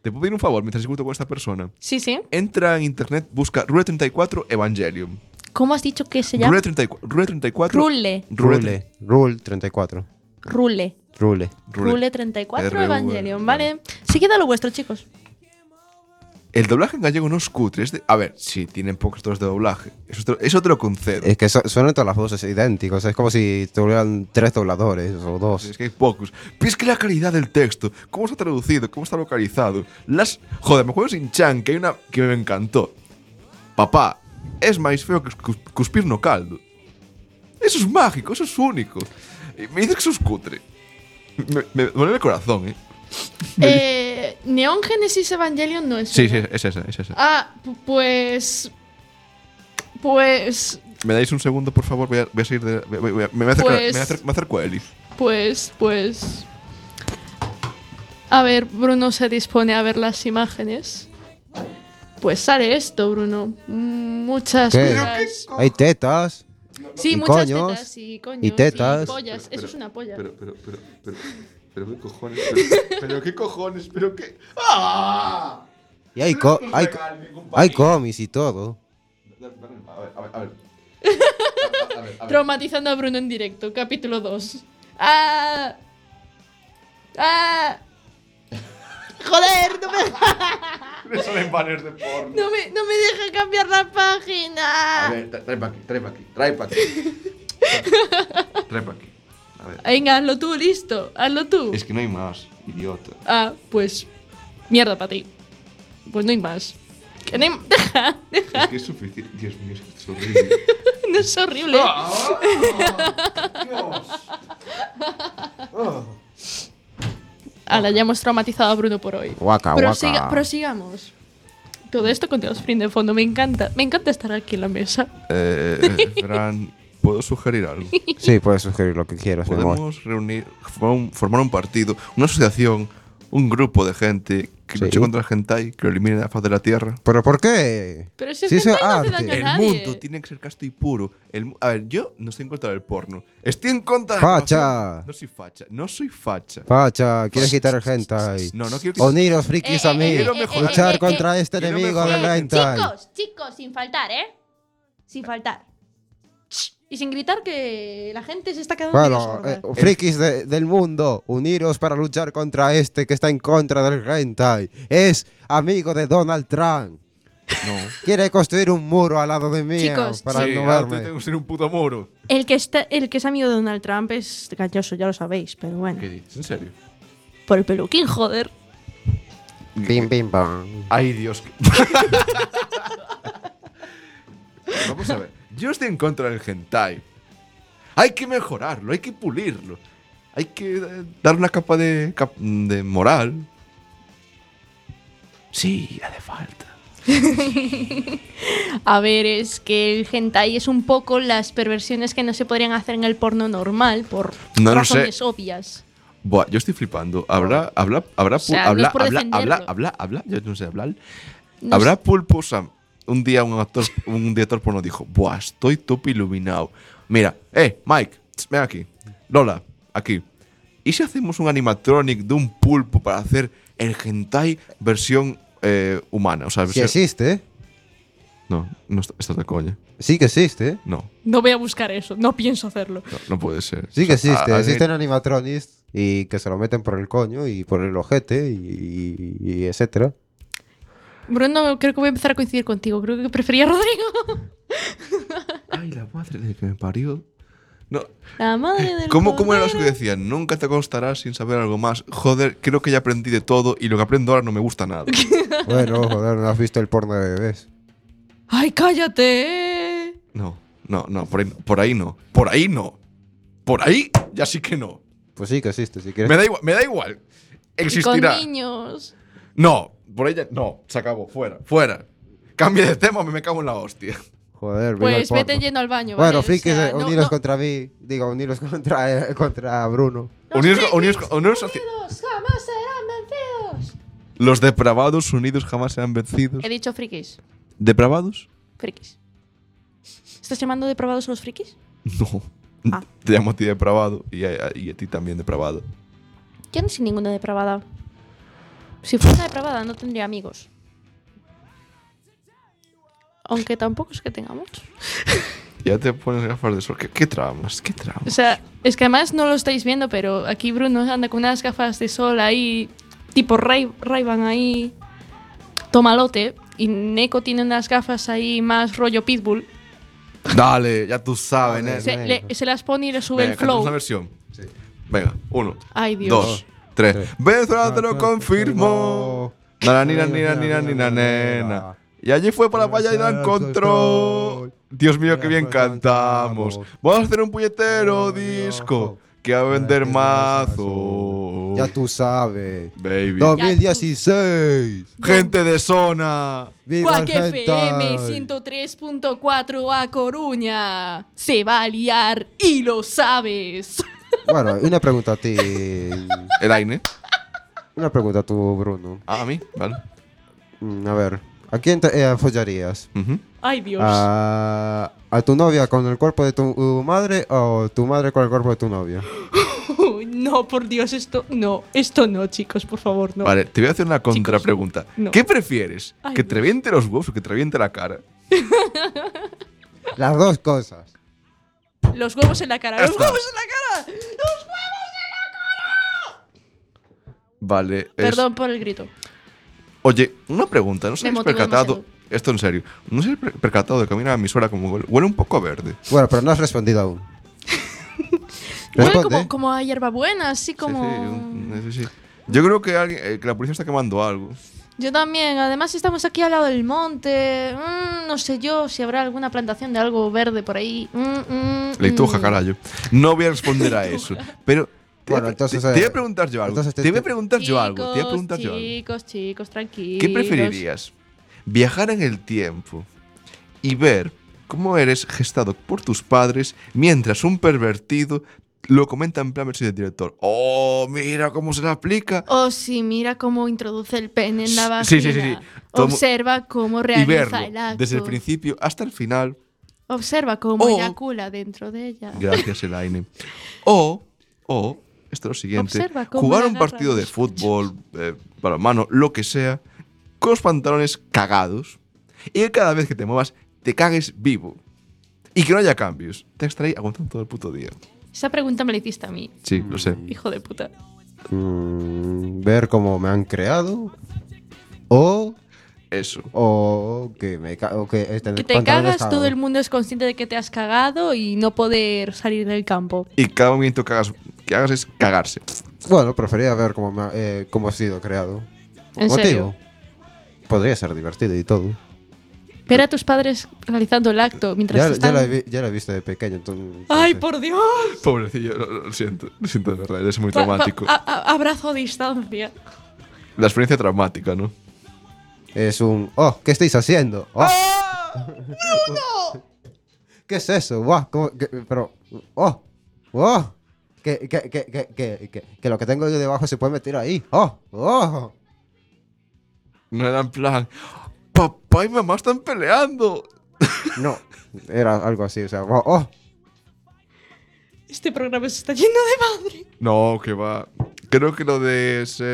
C: ¿te puedo pedir un favor mientras discuto con esta persona?
G: Sí, sí.
C: Entra en internet, busca Rule 34 Evangelium.
G: ¿Cómo has dicho que se llama?
C: Rule 34. Rule 34.
G: Rule.
F: Rule. Rule 34.
G: Rule.
F: Rule.
C: Rule.
G: Rule 34
C: RU,
G: Evangelion,
C: bueno.
G: ¿vale? Seguid a lo vuestro, chicos.
C: El doblaje en gallego no es cutre. es de- a ver, sí, tienen pocos tonos de doblaje. Eso te, lo- eso te lo concedo.
F: Es que su- suenan todas las voces idénticas. Es como si tuvieran tres dobladores o
C: Es
F: dos.
C: que hay pocos. Pero es que la calidad del texto, cómo está traducido, cómo está localizado. Las. Joder, me acuerdo sin Chan, que hay una que me encantó. Papá, es más feo que cus- cuspir no caldo. Eso es mágico, eso es único. Y me dice que eso es cutre. Me, me duele el corazón, ¿eh?
G: Eh, Neon Genesis Evangelion no es.
C: Sí,
G: una.
C: sí, es esa, es esa.
G: Ah, pu- pues. Pues.
C: ¿Me dais un segundo, por favor? Voy a, voy a seguir de. voy- voy- voy a- me voy a acercar-
G: Pues-
C: me voy a acer- me acerco a Eli.
G: Pues, pues. A ver, Bruno se dispone a ver las imágenes. Pues sale esto, Bruno. Mm, Muchas
F: ¿Qué?
G: cosas.
F: Hay tetas.
G: Sí,
F: y
G: muchas
F: coños,
G: tetas y coños.
F: y tetas.
G: pollas.
C: Pero-
G: Eso es una polla.
C: Pero, pero, pero, pero, pero, qué cojones. Pero, pero qué cojones, pero qué. ¡Ah!
F: Y hay, co-
C: No
F: hay,
C: me calme, compañero.
F: hay cómics y todo.
C: A ver, a ver, a ver. A ver, a ver.
G: Traumatizando a Bruno en directo, capítulo 2. ¡Ah! ¡Ah! ¡Joder! No me,
C: Me salen banners de porno.
G: no me, no me deja cambiar la
C: A
G: página.
C: ver, tra- trae pa' aquí, trae pa' aquí, trae pa' aquí. Trae pa' aquí. A ver.
G: Venga, hazlo tú, listo. Hazlo tú.
C: Es que no hay más, idiota.
G: Ah, pues. Mierda para ti. Pues no hay más. Que no hay- Deja, deja.
C: Es que es suficiente. Dios mío, es que es horrible.
G: No es horrible. Ahora ya hemos traumatizado a Bruno por hoy.
F: Guaca,
G: Prosiga-
F: guaca.
G: Prosigamos. Todo esto con Dios Frin de fondo. Me encanta. Me encanta estar aquí en la mesa.
C: Eh, Fran, ¿puedo sugerir algo?
F: Sí, puedes sugerir lo que quieras, mi amor.
C: Podemos reunir, formar un, formar un partido, una asociación, un grupo de gente que
F: Sí.
C: luche contra el hentai, que lo elimine de la faz de la tierra.
F: ¿Pero por qué?
G: Pero si
F: Sí,
G: es
F: eso
G: hentai no hace
F: arte.
G: daño a
F: El
C: El
G: nadie.
C: mundo tiene que ser casto y puro. El mu- a ver, yo no estoy en contra del porno. Estoy en contra de la
F: Facha.
C: conocer- No soy facha. No soy facha.
F: Pacha, ¿quieres quitar el hentai?
C: No, no quiero quitar-
F: Unir los frikis
G: Eh,
F: a mí.
G: eh, eh,
C: Quiero mejorar.
F: Luchar
G: eh, eh,
F: contra este
C: quiero
F: enemigo del
C: mejorar.
F: hentai.
B: Chicos, chicos, sin faltar, ¿eh? Sin faltar.
G: Y sin gritar que la gente se está quedando
F: Bueno,
G: sorda.
F: eh, frikis de- del mundo, uniros para luchar contra este que está en contra del hentai. Es amigo de Donald Trump.
C: No.
F: Quiere construir un muro al lado de mí eh,
G: Chicos,
F: para
C: Sí,
F: no
C: ahora tú
F: verme.
C: tengo que ser un puto moro.
G: El, que está, el que es amigo de Donald Trump es galloso, ya lo sabéis. Pero bueno.
C: ¿Qué dices? ¿En serio?
G: Por el peluquín, joder.
F: Bim, bim, bam.
C: Ay, Dios. que- Vamos a ver. Yo estoy en contra del hentai. Hay que mejorarlo, hay que pulirlo. Hay que eh, dar una capa de, cap- de moral. Sí, hace falta.
G: A ver, es que el hentai es un poco las perversiones que no se podrían hacer en el porno normal por
C: No lo
G: razones obvias.
C: Buah, yo estoy flipando. Habrá, habrá, habrá,
G: sea,
C: pul-
G: no
C: habla,
G: es por
C: habla,
G: defenderlo.
C: habla, habla, habla, yo no sé hablar.
G: No
C: habrá pulpos. a- un día un actor, un director porno dijo, buah, estoy top iluminado. Mira, eh, Mike, tss, ven aquí. Lola, aquí. ¿Y si hacemos un animatronic de un pulpo para hacer el hentai versión eh, humana? O sea,
F: Si
C: versión-
F: existe, ¿eh?
C: No, no está, está de coña.
F: sí que existe. ¿eh?
C: No,
G: No voy a buscar eso, no pienso hacerlo.
C: no, no puede ser.
F: Sí que
C: O sea,
F: existe.
C: a- a-
F: Existen animatronics y que se lo meten por el coño y por el ojete y, y- y etcétera.
G: Bruno, creo que voy a empezar a coincidir contigo. Creo que prefería a Rodrigo.
C: Ay, la madre de que me parió. No,
G: La madre del
C: ¿Cómo, ¿Cómo era eso que
G: cordero.
C: decía? Nunca te acostarás sin saber algo más. Joder, creo que ya aprendí de todo y lo que aprendo ahora no me gusta nada.
F: Bueno, joder, no has visto el porno de bebés.
G: ¡Ay, cállate! eh.
C: No, no, no, por ahí, por ahí no. Por ahí no. Por ahí ya sí que no.
F: Pues sí que existe, si
C: Me
F: quieres.
C: da igual, me da igual.
G: Y con
C: Existirá.
G: niños.
C: No, por ahí ya. No, se acabó. Fuera, fuera. Cambia de tema, me, me cago en la hostia.
F: Joder, viva el
G: Pues
F: porno.
G: vete lleno al baño.
F: Bueno,
G: ¿vale? O
F: frikis,
G: sea,
F: eh,
G: no-
F: uniros
G: no-
F: contra mí. Digo, uniros contra, contra Bruno.
C: Unidos, unidos, unidos hacia-
G: Unidos jamás serán vencidos.
C: los depravados unidos jamás serán vencidos.
G: He dicho frikis.
C: ¿Depravados?
G: Frikis. ¿Estás llamando depravados a los frikis?
C: No.
G: Ah.
C: Te llamo a ti depravado y a- y a ti también depravado.
G: Yo no soy ninguna depravada. Si fuera una depravada no tendría amigos. Aunque tampoco es que tenga muchos.
C: Ya te pones gafas de sol. ¿Qué, qué tramas? ¿Qué
G: O
C: tramas?
G: sea, es que además no lo estáis viendo, pero aquí Bruno anda con unas gafas de sol ahí, tipo Ray- Ray-Ban ahí, tomalote. Y Neko tiene unas gafas ahí más rollo pitbull.
C: Dale, ya tú sabes,
F: Dale,
C: ¿eh?
G: Se,
F: Neko.
G: le- se las pone y le sube
C: Venga,
G: el
C: cantamos una
G: flow.
C: versión. Venga, uno,
G: Ay, Dios.
C: dos, tres. Venezuela te lo confirmó. Nana, nina, nina, nina, nina, nena. Y allí fue para la playa y la encontró. Dios mío, qué bien cantamos. Vamos a hacer un puñetero disco que va a vender mazo.
F: Ya tú sabes.
C: Baby.
F: 2016.
C: Gente de zona.
F: Viva
G: Cuac
F: el
G: FM
F: hentai.
G: 103.4 a Coruña. Se va a liar y lo sabes.
F: Bueno, una pregunta a ti.
C: El Aine.
F: Una pregunta a tu, Bruno.
C: Ah, a mí, vale.
F: Mm, A ver, ¿A quién te eh, follarías?
C: Ujú.
G: Ay, Dios.
C: Ah.
F: ¿A, a tu novia con el cuerpo de tu madre o tu madre con el cuerpo de tu novia?
G: Uy, no, por Dios, esto no. Esto no, chicos, por favor, no.
C: Vale, te voy a hacer una contrapregunta.
G: no.
C: ¿Qué prefieres?
G: Ay,
C: ¿Que te
G: Dios.
C: reviente los huevos o que te reviente la cara?
F: Las dos cosas.
G: Los huevos en la cara. ¡Los
C: Esta.
G: huevos en la cara! ¡Los huevos!
C: Vale. es-
G: Perdón por el grito.
C: Oye, una pregunta. ¿No se habéis
G: motivé
C: percatado?
G: demasiado.
C: Esto en serio. ¿No se habéis per- percatado de caminar a mi suela como huele? Huele un poco a verde.
F: Bueno, pero no has respondido aún.
G: Huele
F: Responde.
G: como, como a hierbabuena, así
C: Sí,
G: como.
C: sí, un- sí, sí. Yo creo que, alguien- eh, que la policía está quemando algo.
G: Yo también. Además, estamos aquí al lado del monte. Mm, no sé yo si habrá alguna plantación de algo verde por ahí. Mm, mm,
C: Leituja,
G: mm.
C: carayo. No voy a responder a eso. Pero. te-
F: Bueno,
C: te-
F: entonces,
C: Te, voy
F: eh,
C: a preguntar yo algo.
F: entonces te-
C: te voy
F: te-
C: a preguntar yo algo. Te voy a preguntar yo
G: chicos,
C: algo.
G: Chicos, chicos, tranquilos.
C: ¿Qué preferirías? ¿Viajar en el tiempo y ver cómo eres gestado por tus padres mientras un pervertido lo comenta en plan versión del director? ¡Oh, mira cómo se la aplica!
G: Oh, sí, mira cómo introduce el pene en la vagina.
C: Sí, sí, sí, sí. Todo mu-
G: Observa cómo
C: Y
G: realiza
C: verlo
G: el acto.
C: desde el principio hasta el final.
G: Observa cómo
C: Oh.
G: eyacula dentro de ella.
C: Gracias, Elaine. O, o, esto es lo siguiente:
G: Observa cómo
C: jugar
G: le
C: un
G: agarra
C: partido de
G: los
C: fútbol, eh, balonmano, lo que sea, con los pantalones cagados y que cada vez que te muevas te cagues vivo. Y que no haya cambios. Te estaré aguantando todo el puto día.
G: Esa pregunta me la hiciste a mí,
C: Sí, lo sé.
G: hijo de puta.
F: Mm, ver cómo me han creado. O,
C: Eso.
F: o que me ca- o que, eh, tener
G: Que te
F: pantalones
G: cagas, todo
F: cagados.
G: el mundo es consciente de que te has cagado y no poder salir del campo.
C: Y cada movimiento que hagas, que hagas es cagarse.
F: Bueno, prefería ver cómo, me ha- eh, cómo ha sido creado.
G: ¿En serio?
F: Podría ser divertido y todo.
G: Ver a tus padres realizando el acto mientras
F: Ya, ya
G: están...
F: la he vi- ya la he visto de pequeño. entonces-
G: ¡Ay, por Dios!
C: Pobrecillo, lo, lo siento. Lo siento de verdad, es muy
G: Pa- pa-
C: traumático.
G: a- a- abrazo a distancia.
C: La experiencia traumática, ¿no?
F: Es un. ¡Oh! ¿Qué estáis haciendo? ¡Oh! ¿Qué es eso? ¡Wow! ¿Cómo? qué- Pero. ¡Oh! ¡Oh! Que, que, que, que, que, que, que lo que tengo yo debajo se puede meter ahí. ¡Oh! ¡Oh!
C: No era en plan, papá y mamá están peleando.
F: No, era algo así, o sea, ¡oh! oh.
G: Este programa se está lleno de madre.
C: No, que va. Creo que lo de ser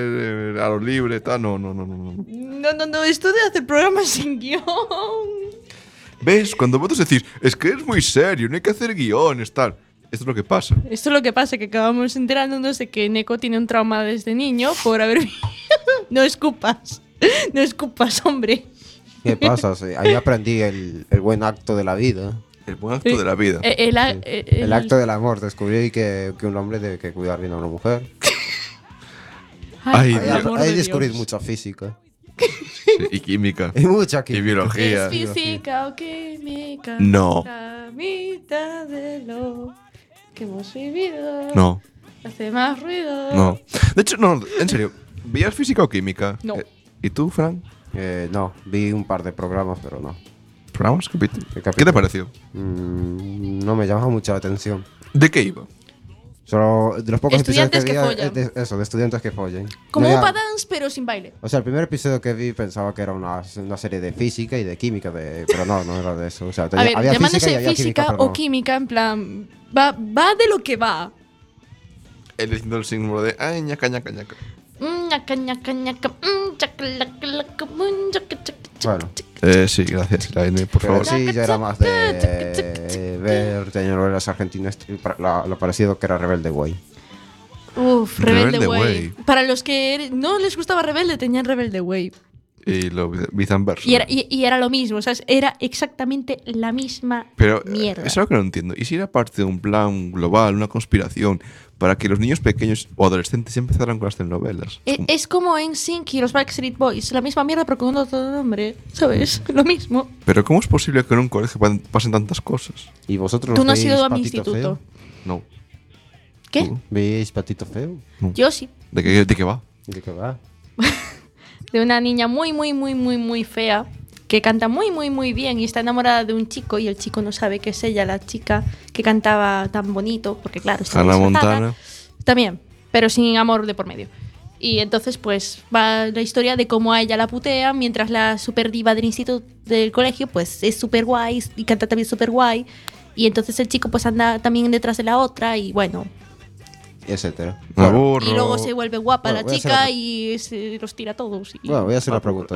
C: eh, a lo libre, tal, no, no, no, no, no.
G: No, no, no, esto de hacer programas sin guión.
C: ¿Ves? Cuando vosotros decís, es que es muy serio, no hay que hacer guiones, tal. Esto es lo que pasa.
G: Esto es lo que pasa, que acabamos enterándonos de que Neko tiene un trauma desde niño por haber... no escupas, no escupas, hombre.
F: ¿Qué pasa? Sí, ahí aprendí el, el buen acto de la vida.
C: El buen acto de la vida.
G: Eh, El, a- eh,
F: El, acto del amor. Descubrí que, que un hombre debe que cuidar bien a una mujer.
G: por
C: Ay,
F: Ahí,
G: el
C: Dios.
G: amor
F: ahí
G: de
F: descubrí
G: Dios.
F: mucha física.
C: Sí, Y química.
F: Y mucha
C: Y
F: química.
C: biología.
G: ¿Es física o química?
C: No.
G: La mitad de lo que hemos vivido.
C: No,
G: Hace más ruido.
C: no. De hecho, no, en serio. ¿Veías física o química?
G: No.
C: Eh, ¿Y tú, Fran?
F: Eh, no, vi un par de programas, pero no.
C: ¿Programas? Capítulo.
F: ¿Qué
C: ¿Qué te
F: capítulo?
C: pareció?
F: Mm, no me llama mucho la atención.
C: ¿De qué iba?
F: Solo de los pocos
G: Estudiantes que
F: episodios que, vi,
G: follan.
F: eh, de- eso, de estudiantes que follen.
G: Como
F: No,
G: un
F: ya-
G: Upadance, pero sin baile.
F: O sea, el primer episodio que vi pensaba que era una, una serie de física y de química, de, pero no, no era de eso. O sea,
G: A
F: tenía-
G: ver,
F: había
G: llamándose
F: física y
G: física,
F: había química, pero
G: o
F: no.
G: química, en plan. Va, va de lo que va.
C: Él diciendo el símbolo de, ay, ñaca, ñaca, ñaca.
G: Mm, ñaca, ñaca, ñaca, mm, chacalacalaca, mm, chaca, chaca, chaca.
F: Bueno,
C: Eh, sí, gracias, Elaine, por
F: pero
C: favor.
F: sí, yo era más de ver telenovelas argentinas, y pra- la- lo parecido que era Rebelde Way.
G: Uf, Rebelde,
C: Rebelde
G: Way.
C: Way.
G: Para los que er- no les gustaba Rebelde, tenían Rebelde Way.
C: Y lo viceversa.
G: Y era, y, y era lo mismo, o sea, era exactamente la misma
C: Pero
G: mierda.
C: eh, es algo que no entiendo. ¿Y si era parte de un plan global, una conspiración, para que los niños pequeños o adolescentes empezaran con las telenovelas?
G: E-
C: Como-
G: Es como en Sync y los Backstreet Boys, la misma mierda pero con otro nombre, ¿sabes? Lo mismo.
C: Pero ¿cómo es posible que en un colegio pa- pasen tantas cosas?
F: ¿Y vosotros
G: Tú no has
F: veis
G: ido a mi
F: Patito
G: instituto.
F: Feo?
C: No.
G: ¿Qué?
C: ¿Tú?
F: ¿Veis Patito Feo?
G: Yo sí.
C: ¿De qué, de qué va?
F: ¿De qué va?
G: De una niña muy, muy, muy, muy, muy fea que canta muy, muy, muy bien y está enamorada de un chico y el chico no sabe que es ella, la chica que cantaba tan bonito, porque claro, está
C: Hannah
G: disfrazada.
C: Montana.
G: También, pero sin amor de por medio. Y entonces, pues, va la historia de cómo a ella la putea, mientras la super diva del instituto del colegio, pues, es súper guay y canta también súper guay. Y entonces el chico, pues, anda también detrás de la otra y bueno.
F: etcétera.
C: Me
F: Bueno,
C: aburro.
G: Y luego se vuelve guapa
F: Bueno,
G: la
F: voy a hacer
G: chica
F: otra.
G: y se los tira a todos. Y...
F: bueno, voy a hacer una pregunta.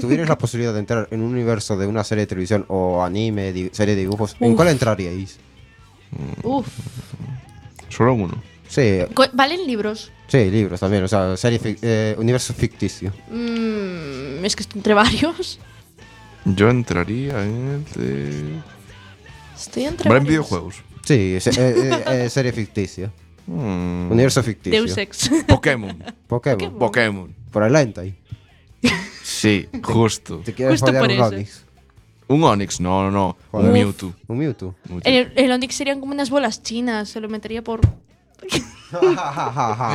F: tuvierais la posibilidad de entrar en un universo de una serie de televisión o anime, di- serie de dibujos, ¿en
G: Uf.
F: cuál entraríais?
G: Uf.
C: Solo uno.
F: Sí,
G: Co- ¿Valen libros?
F: sí, libros también, o sea, serie fic- eh, universo ficticio.
G: Mm, es que estoy entre varios.
C: Yo entraría en el de.
G: Estoy entre
C: Habrá en
G: varios.
C: videojuegos.
F: Sí, se- eh, eh, eh, serie ficticia.
C: Mm.
F: Universo ficticio.
G: Deus Ex.
C: Pokémon.
F: Pokémon.
C: Pokémon.
F: Por el hentai.
C: Sí, justo.
F: Te quieres
G: Justo
F: follar
G: por
F: un
G: eso.
F: Onix.
C: Un Onix, no, no, no. Un
F: Joder.
C: Mewtwo.
F: Un Mewtwo.
C: Mewtwo.
G: el, el Onix serían como unas bolas chinas. Se lo metería por.
I: Me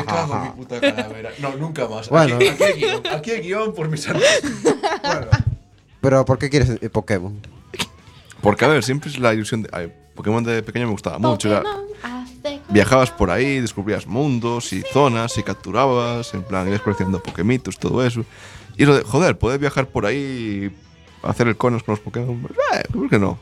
I: cago en mi puta calavera. No, nunca más.
F: Bueno.
I: Aquí, aquí hay guión, aquí hay guión por mis armas.
F: Pero ¿por qué quieres eh, Pokémon?
C: Porque, a ver, siempre es la ilusión de. ay, Pokémon de pequeño me gustaba mucho. era-
G: Pokémon hace-
C: viajabas por ahí, descubrías mundos y zonas y capturabas, en plan, ibas coleccionando Pokémitos, todo eso. Y eso de, joder, poder viajar por ahí y hacer el conos con los Pokémon. Eh, ¿Por qué no?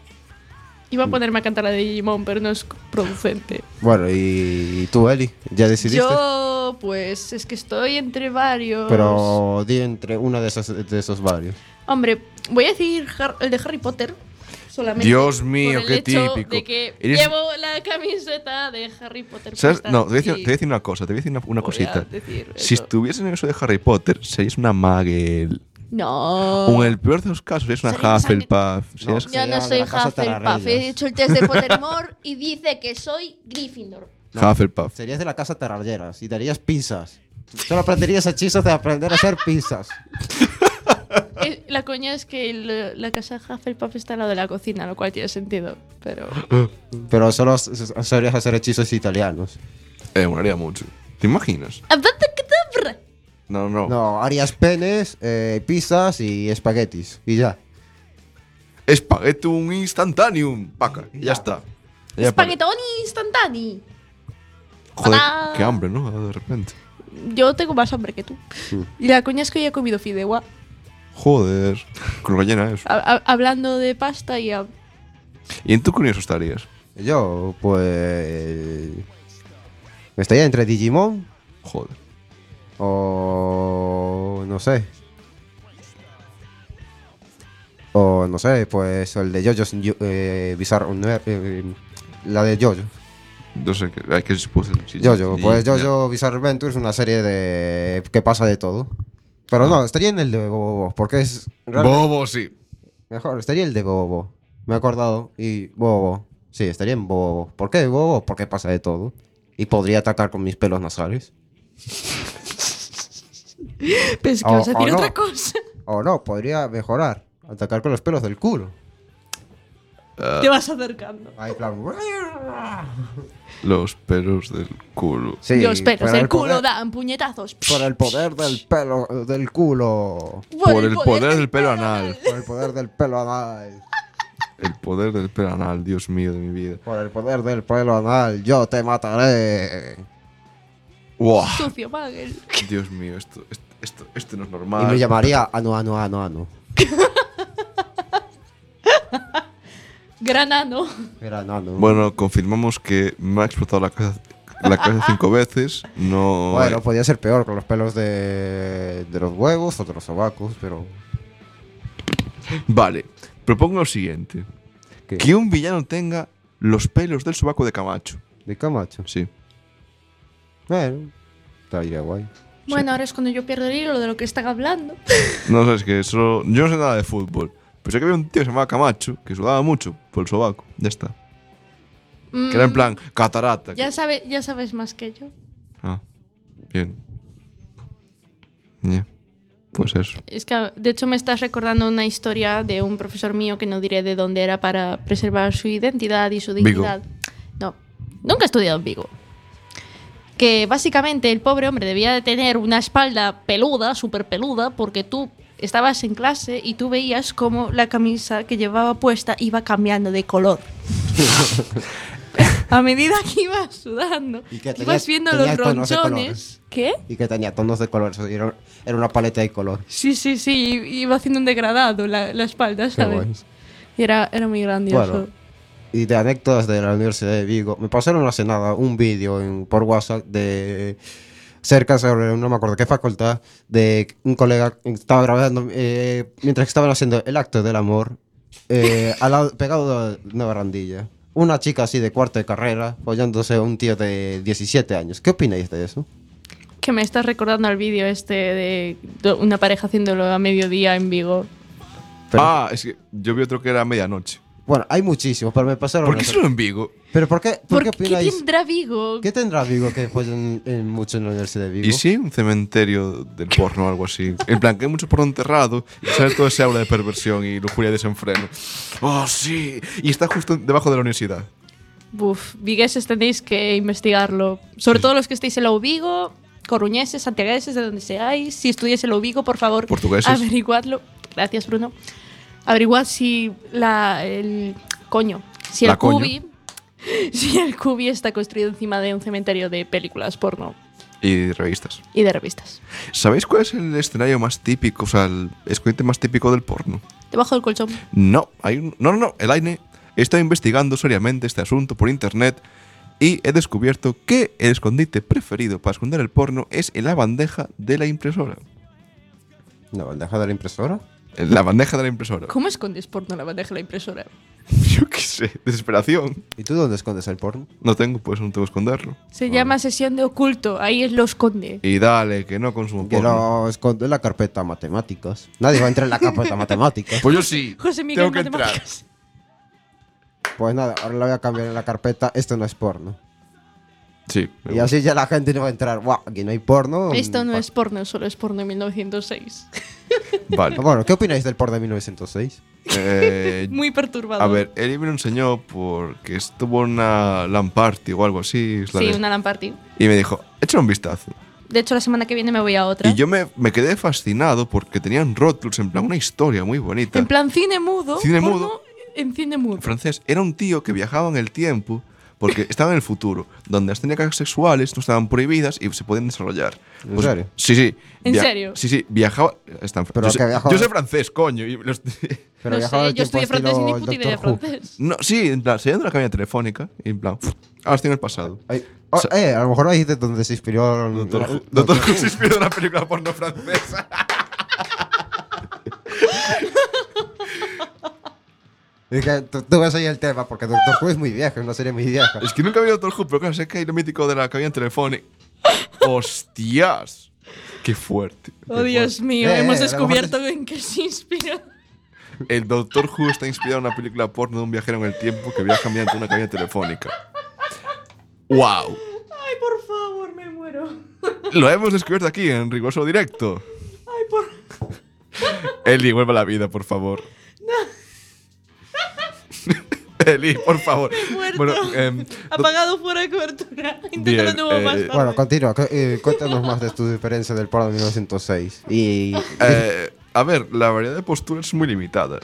G: Iba
C: Mm.
G: a ponerme a cantar la de Digimon, pero no es producente.
F: Bueno, y, y tú, Eli, ya decidiste.
G: Yo, pues, es que estoy entre varios.
F: Pero di entre una de esas de esos varios.
G: Hombre, voy a decir Har- el de Harry Potter. Solamente
C: Dios
G: por
C: mío,
G: el
C: qué
G: hecho
C: típico.
G: De que
C: Eres-
G: llevo la camiseta de Harry Potter.
C: ¿Sabes?
G: puesta
C: No, te voy, a decir,
G: y
C: te voy a decir una cosa, te voy a decir una, una
G: voy a
C: cosita.
G: decir
C: Si
G: eso.
C: estuvieras en eso de Harry Potter, serías una Muggle.
G: No.
C: O en el peor de los casos, serías una
G: Sería una sangre-
C: Hufflepuff. serías-
G: Yo
F: Sería
G: no soy
F: la casa
G: Hufflepuff.
F: Tarradellas.
G: He hecho el test de Pottermore y dice que soy Gryffindor.
C: Hufflepuff.
F: Serías de la casa taralleras y darías pizzas. Solo aprenderías hechizos de aprender a hacer pizzas.
G: Eh, La coña es que el- la casa Hufflepuff está al lado de la cocina, lo cual tiene sentido. Pero.
F: Pero solo s- s- sabrías hacer hechizos italianos.
C: Eh, molaría mucho. ¿Te imaginas?
G: ¡Abracadabra!
C: No, no.
F: No, harías penes, eh, pizzas y espaguetis. Y ya.
C: Espaguetum instantaneum. Paca, ya está. Ya para.
G: ¡Espaguetoni instantáneo!
C: Joder,
G: ¡Tadá!
C: qué hambre, ¿no? De repente.
G: Yo tengo más hambre que tú. Y la coña es que hoy he comido fideuá.
C: Joder, con lo que llena eso.
G: Ha- ha- hablando de pasta y a-
C: ¿Y en tu curioso estarías?
F: Yo, pues. Estaría entre Digimon
C: Joder.
F: o. No sé. O no sé, pues el de JoJo's Yo- eh, Bizarre Univers- eh, la de JoJo.
C: No sé qué. Hay que supuse. Sí,
F: JoJo,
C: sí,
F: pues
C: ya.
F: JoJo Bizarre Adventure es una serie de. que pasa de todo.
C: Ah.
F: Pero no, estaría en el de Bobo, porque es. realmente-
C: Bobo, sí.
F: Mejor, estaría el de Bobo. Me he acordado. Y Bobo. Sí, estaría en Bobo. ¿Por qué Bobo? Porque pasa de todo. Y podría atacar con mis pelos nasales.
G: Pensé que
C: Ah,
F: O-
G: ibas a
F: o
G: decir
F: no.
G: otra cosa.
F: O no, podría mejorar. Atacar con los pelos del culo.
C: Ah.
G: Te vas acercando.
F: Ahí, plan.
C: Los pelos del culo.
F: Sí,
G: Los pelos
F: por
G: del
F: el
G: culo
F: poder-
G: dan puñetazos.
F: Por el poder del pelo del culo.
C: Por el poder del pelo anal.
F: Por el poder del pelo anal.
C: El poder del pelo anal, Dios mío de mi vida.
F: Por el poder del pelo anal. Yo te mataré.
C: ¡Wow!
G: Sucio, Magel.
C: Dios mío, esto, esto, esto, esto no es
F: Y
C: normal.
F: me llamaría Ano, Ano, Ano, Ano.
G: Granano.
F: Era Ano.
C: Bueno, confirmamos que me ha explotado la cabeza, la cabeza cinco veces. No.
F: Bueno, podía ser peor con los pelos de, de los huevos o de los sobacos, pero.
C: Vale, propongo lo siguiente:
F: ¿Qué?
C: que un villano tenga los pelos del sobaco de Camacho.
F: De Camacho.
C: Sí.
F: Bueno, estaría guay.
G: Bueno, ahora es cuando yo pierdo el hilo de lo que están hablando.
C: No sé, es que solo. Yo no sé nada de fútbol. Pero sé que había un tío que se llamaba Camacho que sudaba mucho por el sobaco. Ya está.
G: Mm,
C: Que era en plan catarata.
G: Ya,
C: que-
G: sabe, ya sabes más que yo.
C: Ah, bien. Ya. Pues eso.
G: Es que, de hecho, me estás recordando una historia de un profesor mío que no diré de dónde era para preservar su identidad y su
C: Vigo.
G: dignidad. No, nunca he estudiado en Vigo. Que básicamente el pobre hombre debía de tener una espalda peluda, súper peluda, porque tú estabas en clase y tú veías cómo la camisa que llevaba puesta iba cambiando de color.
I: a medida que ibas sudando,
F: Y que
I: ibas
F: tenías-
I: viendo los
F: tenías tonos de
I: ronchones.
F: colores.
I: ¿Qué?
F: Y que tenía tonos de color. eso Era era una paleta de color.
I: Sí, sí, sí, i- iba haciendo un degradado la, la espalda,
F: Qué
I: ¿sabes?
F: guay.
I: Y era, era muy grandioso.
F: Bueno, y de anécdotas de la Universidad de Vigo. Me pasaron hace nada un vídeo en- por WhatsApp de cerca sobre no me acuerdo qué facultad de un colega que estaba grabando eh, mientras estaban haciendo el acto del amor eh, al lado- pegado a una barandilla. Una chica así de cuarto de carrera follándose a un tío de 17 años. ¿Qué opináis de eso?
I: Que me estás recordando al vídeo este de de una pareja haciéndolo a mediodía en Vigo.
F: Pero-
C: ah, es que yo vi otro que era a medianoche.
F: Bueno, hay muchísimos, pero me pasaron.
C: ¿Por qué
F: eso.
C: solo en Vigo?
F: ¿Pero por qué, por
I: ¿Por
F: qué
I: qué,
F: opináis?
I: tendrá Vigo?
F: ¿Qué tendrá Vigo que follen en- mucho en la Universidad de Vigo?
C: ¿Y si un cementerio del porno o algo así? En plan, que hay mucho porno enterrado y sale todo ese aula de perversión y lujuria y desenfreno. ¡Oh, sí! Y está justo debajo de la universidad.
I: Buf, vigueses tenéis que investigarlo. Sobre todo los que estéis en la Vigo, coruñeses, santiagueses, de donde seáis. Si estudiáis en la Vigo, por favor,
C: Portugueses.
I: averiguadlo. Gracias, Bruno. Averiguad si la. el coño. Si
C: La
I: el
C: coño.
I: cubi. Si el cubi está construido encima de un cementerio de películas porno
C: Y revistas.
I: y de revistas.
C: ¿Sabéis cuál es el escenario más típico, o sea, el escondite más típico del porno?
I: Debajo del colchón.
C: No, hay un- no, no, no. El AINE está investigando seriamente este asunto por internet y he descubierto que el escondite preferido para esconder el porno es en la bandeja de la impresora.
F: ¿La bandeja de la impresora?
C: En La bandeja de la impresora.
I: ¿Cómo escondes porno en la bandeja de la impresora?
C: Yo qué sé, desesperación.
F: ¿Y tú dónde escondes el porno?
C: No tengo, pues no tengo que esconderlo.
I: Se llama sesión de oculto. Ahí él lo esconde.
C: Y dale, que no consumo
F: Que
C: porno.
F: lo escondo en la carpeta matemáticas. Nadie va a entrar en la carpeta matemáticas.
C: Pues yo sí.
I: José Miguel
C: tengo que entrar.
I: Matemáticas.
F: Pues nada, ahora la voy a cambiar en la carpeta. Esto no es porno.
C: Sí. me
F: Y así ya la gente no va a entrar. ¡Wow! Aquí no hay porno.
I: Esto no
F: Pa-
I: es porno, solo es porno en 1906.
C: gusta. Vale.
F: Bueno, ¿qué opináis del porno de 1906?
C: Eh,
I: Muy perturbador.
C: a ver, Eli me lo enseñó porque estuvo en una LAN party o algo así.
F: pues,
C: es la
I: Sí,
C: de-
I: una LAN party.
C: Y me dijo, échale un vistazo.
I: De hecho, la semana que viene me voy a otra.
C: Y yo me, me quedé fascinado porque tenían rótulos, en plan, una historia muy bonita.
I: En plan cine mudo.
C: Cine
I: porno
C: mudo.
I: En cine mudo.
C: En francés, era un tío que viajaba en el tiempo porque estaba en el futuro, donde las técnicas sexuales no estaban prohibidas y se podían desarrollar. Pues,
F: ¿En serio?
C: Sí, sí.
I: ¿En serio?
C: Sí, sí, viajaba. está en fr-
F: Pero
C: yo,
F: que
C: sé,
F: viajaba-
C: yo sé francés, coño. y los-
F: Pero
I: no
F: viajaba
I: sé,
F: al tiempo
I: yo estudié francés y
F: estilo
I: ni puta
F: el
I: idea de
F: Doctor Who.
I: francés.
C: no, sí, en plan, saliendo de la cabina telefónica y en plan, ahora estoy en el pasado.
F: Ay, oh,
C: Sa-
F: eh, a lo mejor ahí es de donde se inspiró. el-
C: Doctor
F: la-
C: Who-
F: Doctor
C: Doctor Who se
F: Who.
C: inspiró en una película porno francesa.
F: Es que tú, tú ves ahí el tema, porque Doctor Who es muy viejo, es una serie muy vieja.
C: Es que nunca había Doctor Who, pero claro, sé que hay lo mítico de la cabina telefónica. ¡Hostias! ¡Qué fuerte!
I: Oh, Dios mío,
F: Eh,
I: hemos
F: eh, a lo mejor
I: descubierto en qué se inspira.
C: El Doctor Who está inspirado en una película porno de un viajero en el tiempo que viaja mediante una cabina telefónica. ¡Wow!
I: Ay, por favor, me muero.
C: Lo hemos descubierto aquí en riguroso directo.
I: Ay, por.
C: Eli, vuelva a la vida, por favor. Eli, por favor.
I: muerto.
C: Bueno, em,
I: Apagado fuera de cobertura.
C: Bien,
I: Inténtalo de nuevo más
C: eh,
I: tarde.
F: Bueno, continúa, cu- eh, cuéntanos más de tu diferencia del porno de 1906. Y
C: eh, a ver, la variedad de posturas es muy limitada.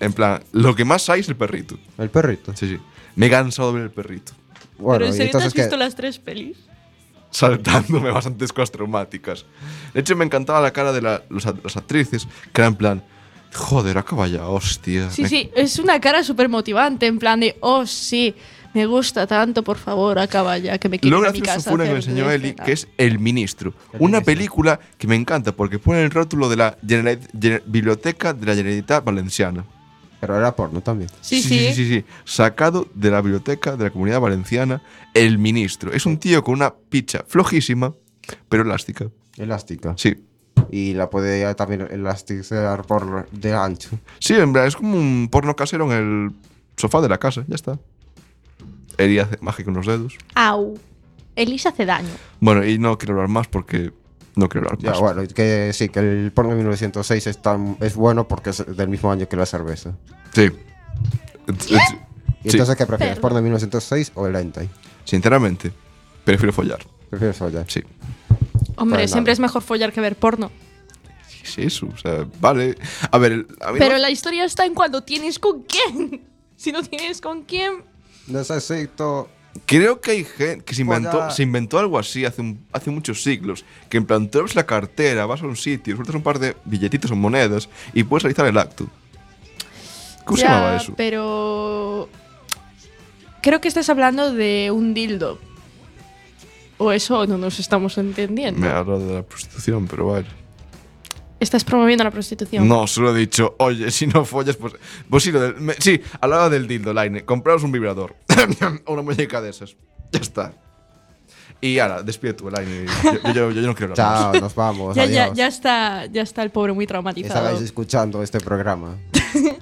C: En plan, lo que más hay es el perrito.
F: el perrito.
C: Sí, sí. Me he cansado de ver el perrito.
F: Bueno,
I: Pero en
F: y
I: serio, ¿te has
F: entonces, ¿qué?
I: visto las tres pelis?
C: saltándome bastantes cosas traumáticas. De hecho, me encantaba la cara de la- los a- las actrices, que era en plan, joder, acaba ya, hostia.
I: Sí,
C: Me-
I: sí, es una cara súper motivante, en plan de, oh, sí, me gusta tanto, por favor, acaba ya, que me quiero
C: Lo
I: ir a mi
C: gracioso
I: casa.
C: fue una
I: a
C: que me
I: hacer
C: enseñó
I: de este
C: Eli,
I: cenar".
C: que es El Ministro. una
F: Ministro.
C: película que me encanta porque pone el rótulo de la Generali- Gener- Biblioteca de la Generalitat Valenciana.
F: Pero era porno también.
I: Sí, sí.
C: sí, sí, sí. Sacado de la Biblioteca de la Comunidad Valenciana, El Ministro. Es un tío con una picha flojísima, pero elástica.
F: Elástica.
C: Sí.
F: Y la podía también elastizar por de ancho.
C: Sí, en verdad, es como un porno casero en el sofá de la casa, ya está. Eri hace magia con los dedos.
G: Au. Elisa hace daño.
C: Bueno, y no quiero hablar más porque no quiero hablar
F: Ya,
C: más.
F: bueno, que sí, que el porno de 1906 es, tan- es bueno porque es del mismo año que la cerveza.
C: Sí. It's- it's-
F: ¿Y
C: sí,
F: entonces qué prefieres,
G: Perdón.
F: porno de 1906 o el hentai?
C: Sinceramente, prefiero follar.
F: Prefieres follar.
C: Sí.
I: Hombre,
F: Pues nada.
I: siempre es mejor follar que ver porno.
C: ¿Qué es eso? O sea, vale. A ver, el- a mí
I: Pero
C: no-
I: la historia está en cuando tienes con quién. Si no tienes con quién,
F: Necesito
C: Creo que hay gente que se
J: Pues
C: inventó,
J: ya-
C: se inventó algo así hace, un- hace muchos siglos. Que en plan, te abres la cartera, vas a un sitio, sueltas un par de billetitos o monedas y puedes realizar el acto. ¿Cómo se
I: Ya,
C: llamaba eso?
I: Pero. Creo que estás hablando de un dildo. O eso no nos estamos entendiendo.
C: Me habla de la prostitución, pero vale.
I: Estás promoviendo la prostitución.
C: No, solo he dicho, oye, si no follas, pues. Pues sí, lo del- me- sí al lado del dildo, Line, compraos un vibrador. o una muñeca de esas. Ya está. Y ahora, despide tú, Line. Yo, yo- yo- yo no quiero hablar. más.
F: Chao, nos vamos.
I: Ya, ya,
F: adiós.
I: ya está, ya está el pobre muy traumatizado.
F: Estabais escuchando este programa.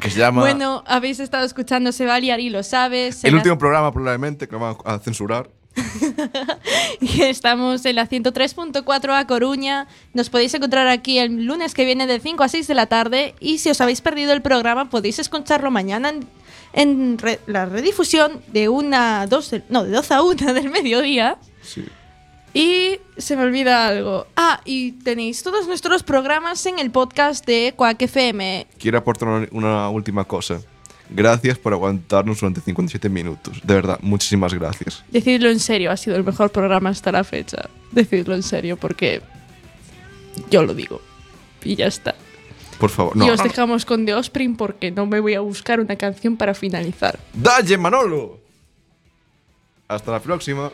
C: Que se llama.
I: Bueno, habéis estado escuchando Se va a liar y lo sabes.
C: el
I: en la-
C: último programa, probablemente, que lo van a censurar.
I: Estamos en la 103.4 a Coruña. Nos podéis encontrar aquí el lunes que viene de 5 a 6 de la tarde. Y si os habéis perdido el programa, podéis escucharlo mañana en, en re- la redifusión de 1 a 2, del- no, de 12 a 1 del mediodía.
C: Sí.
I: Y se me olvida algo. Ah, y tenéis todos nuestros programas en el podcast de Quack FM.
C: Quiero aportar una, una última cosa. Gracias por aguantarnos durante 57 minutos. De verdad, muchísimas gracias.
I: Decidlo en serio, ha sido el mejor programa hasta la fecha. Decidlo en serio, porque yo lo digo. Y ya está.
C: Por favor, no.
I: Y os dejamos con The Ospring porque no me voy a buscar una canción para finalizar.
C: ¡Dalle, Manolo! Hasta la próxima.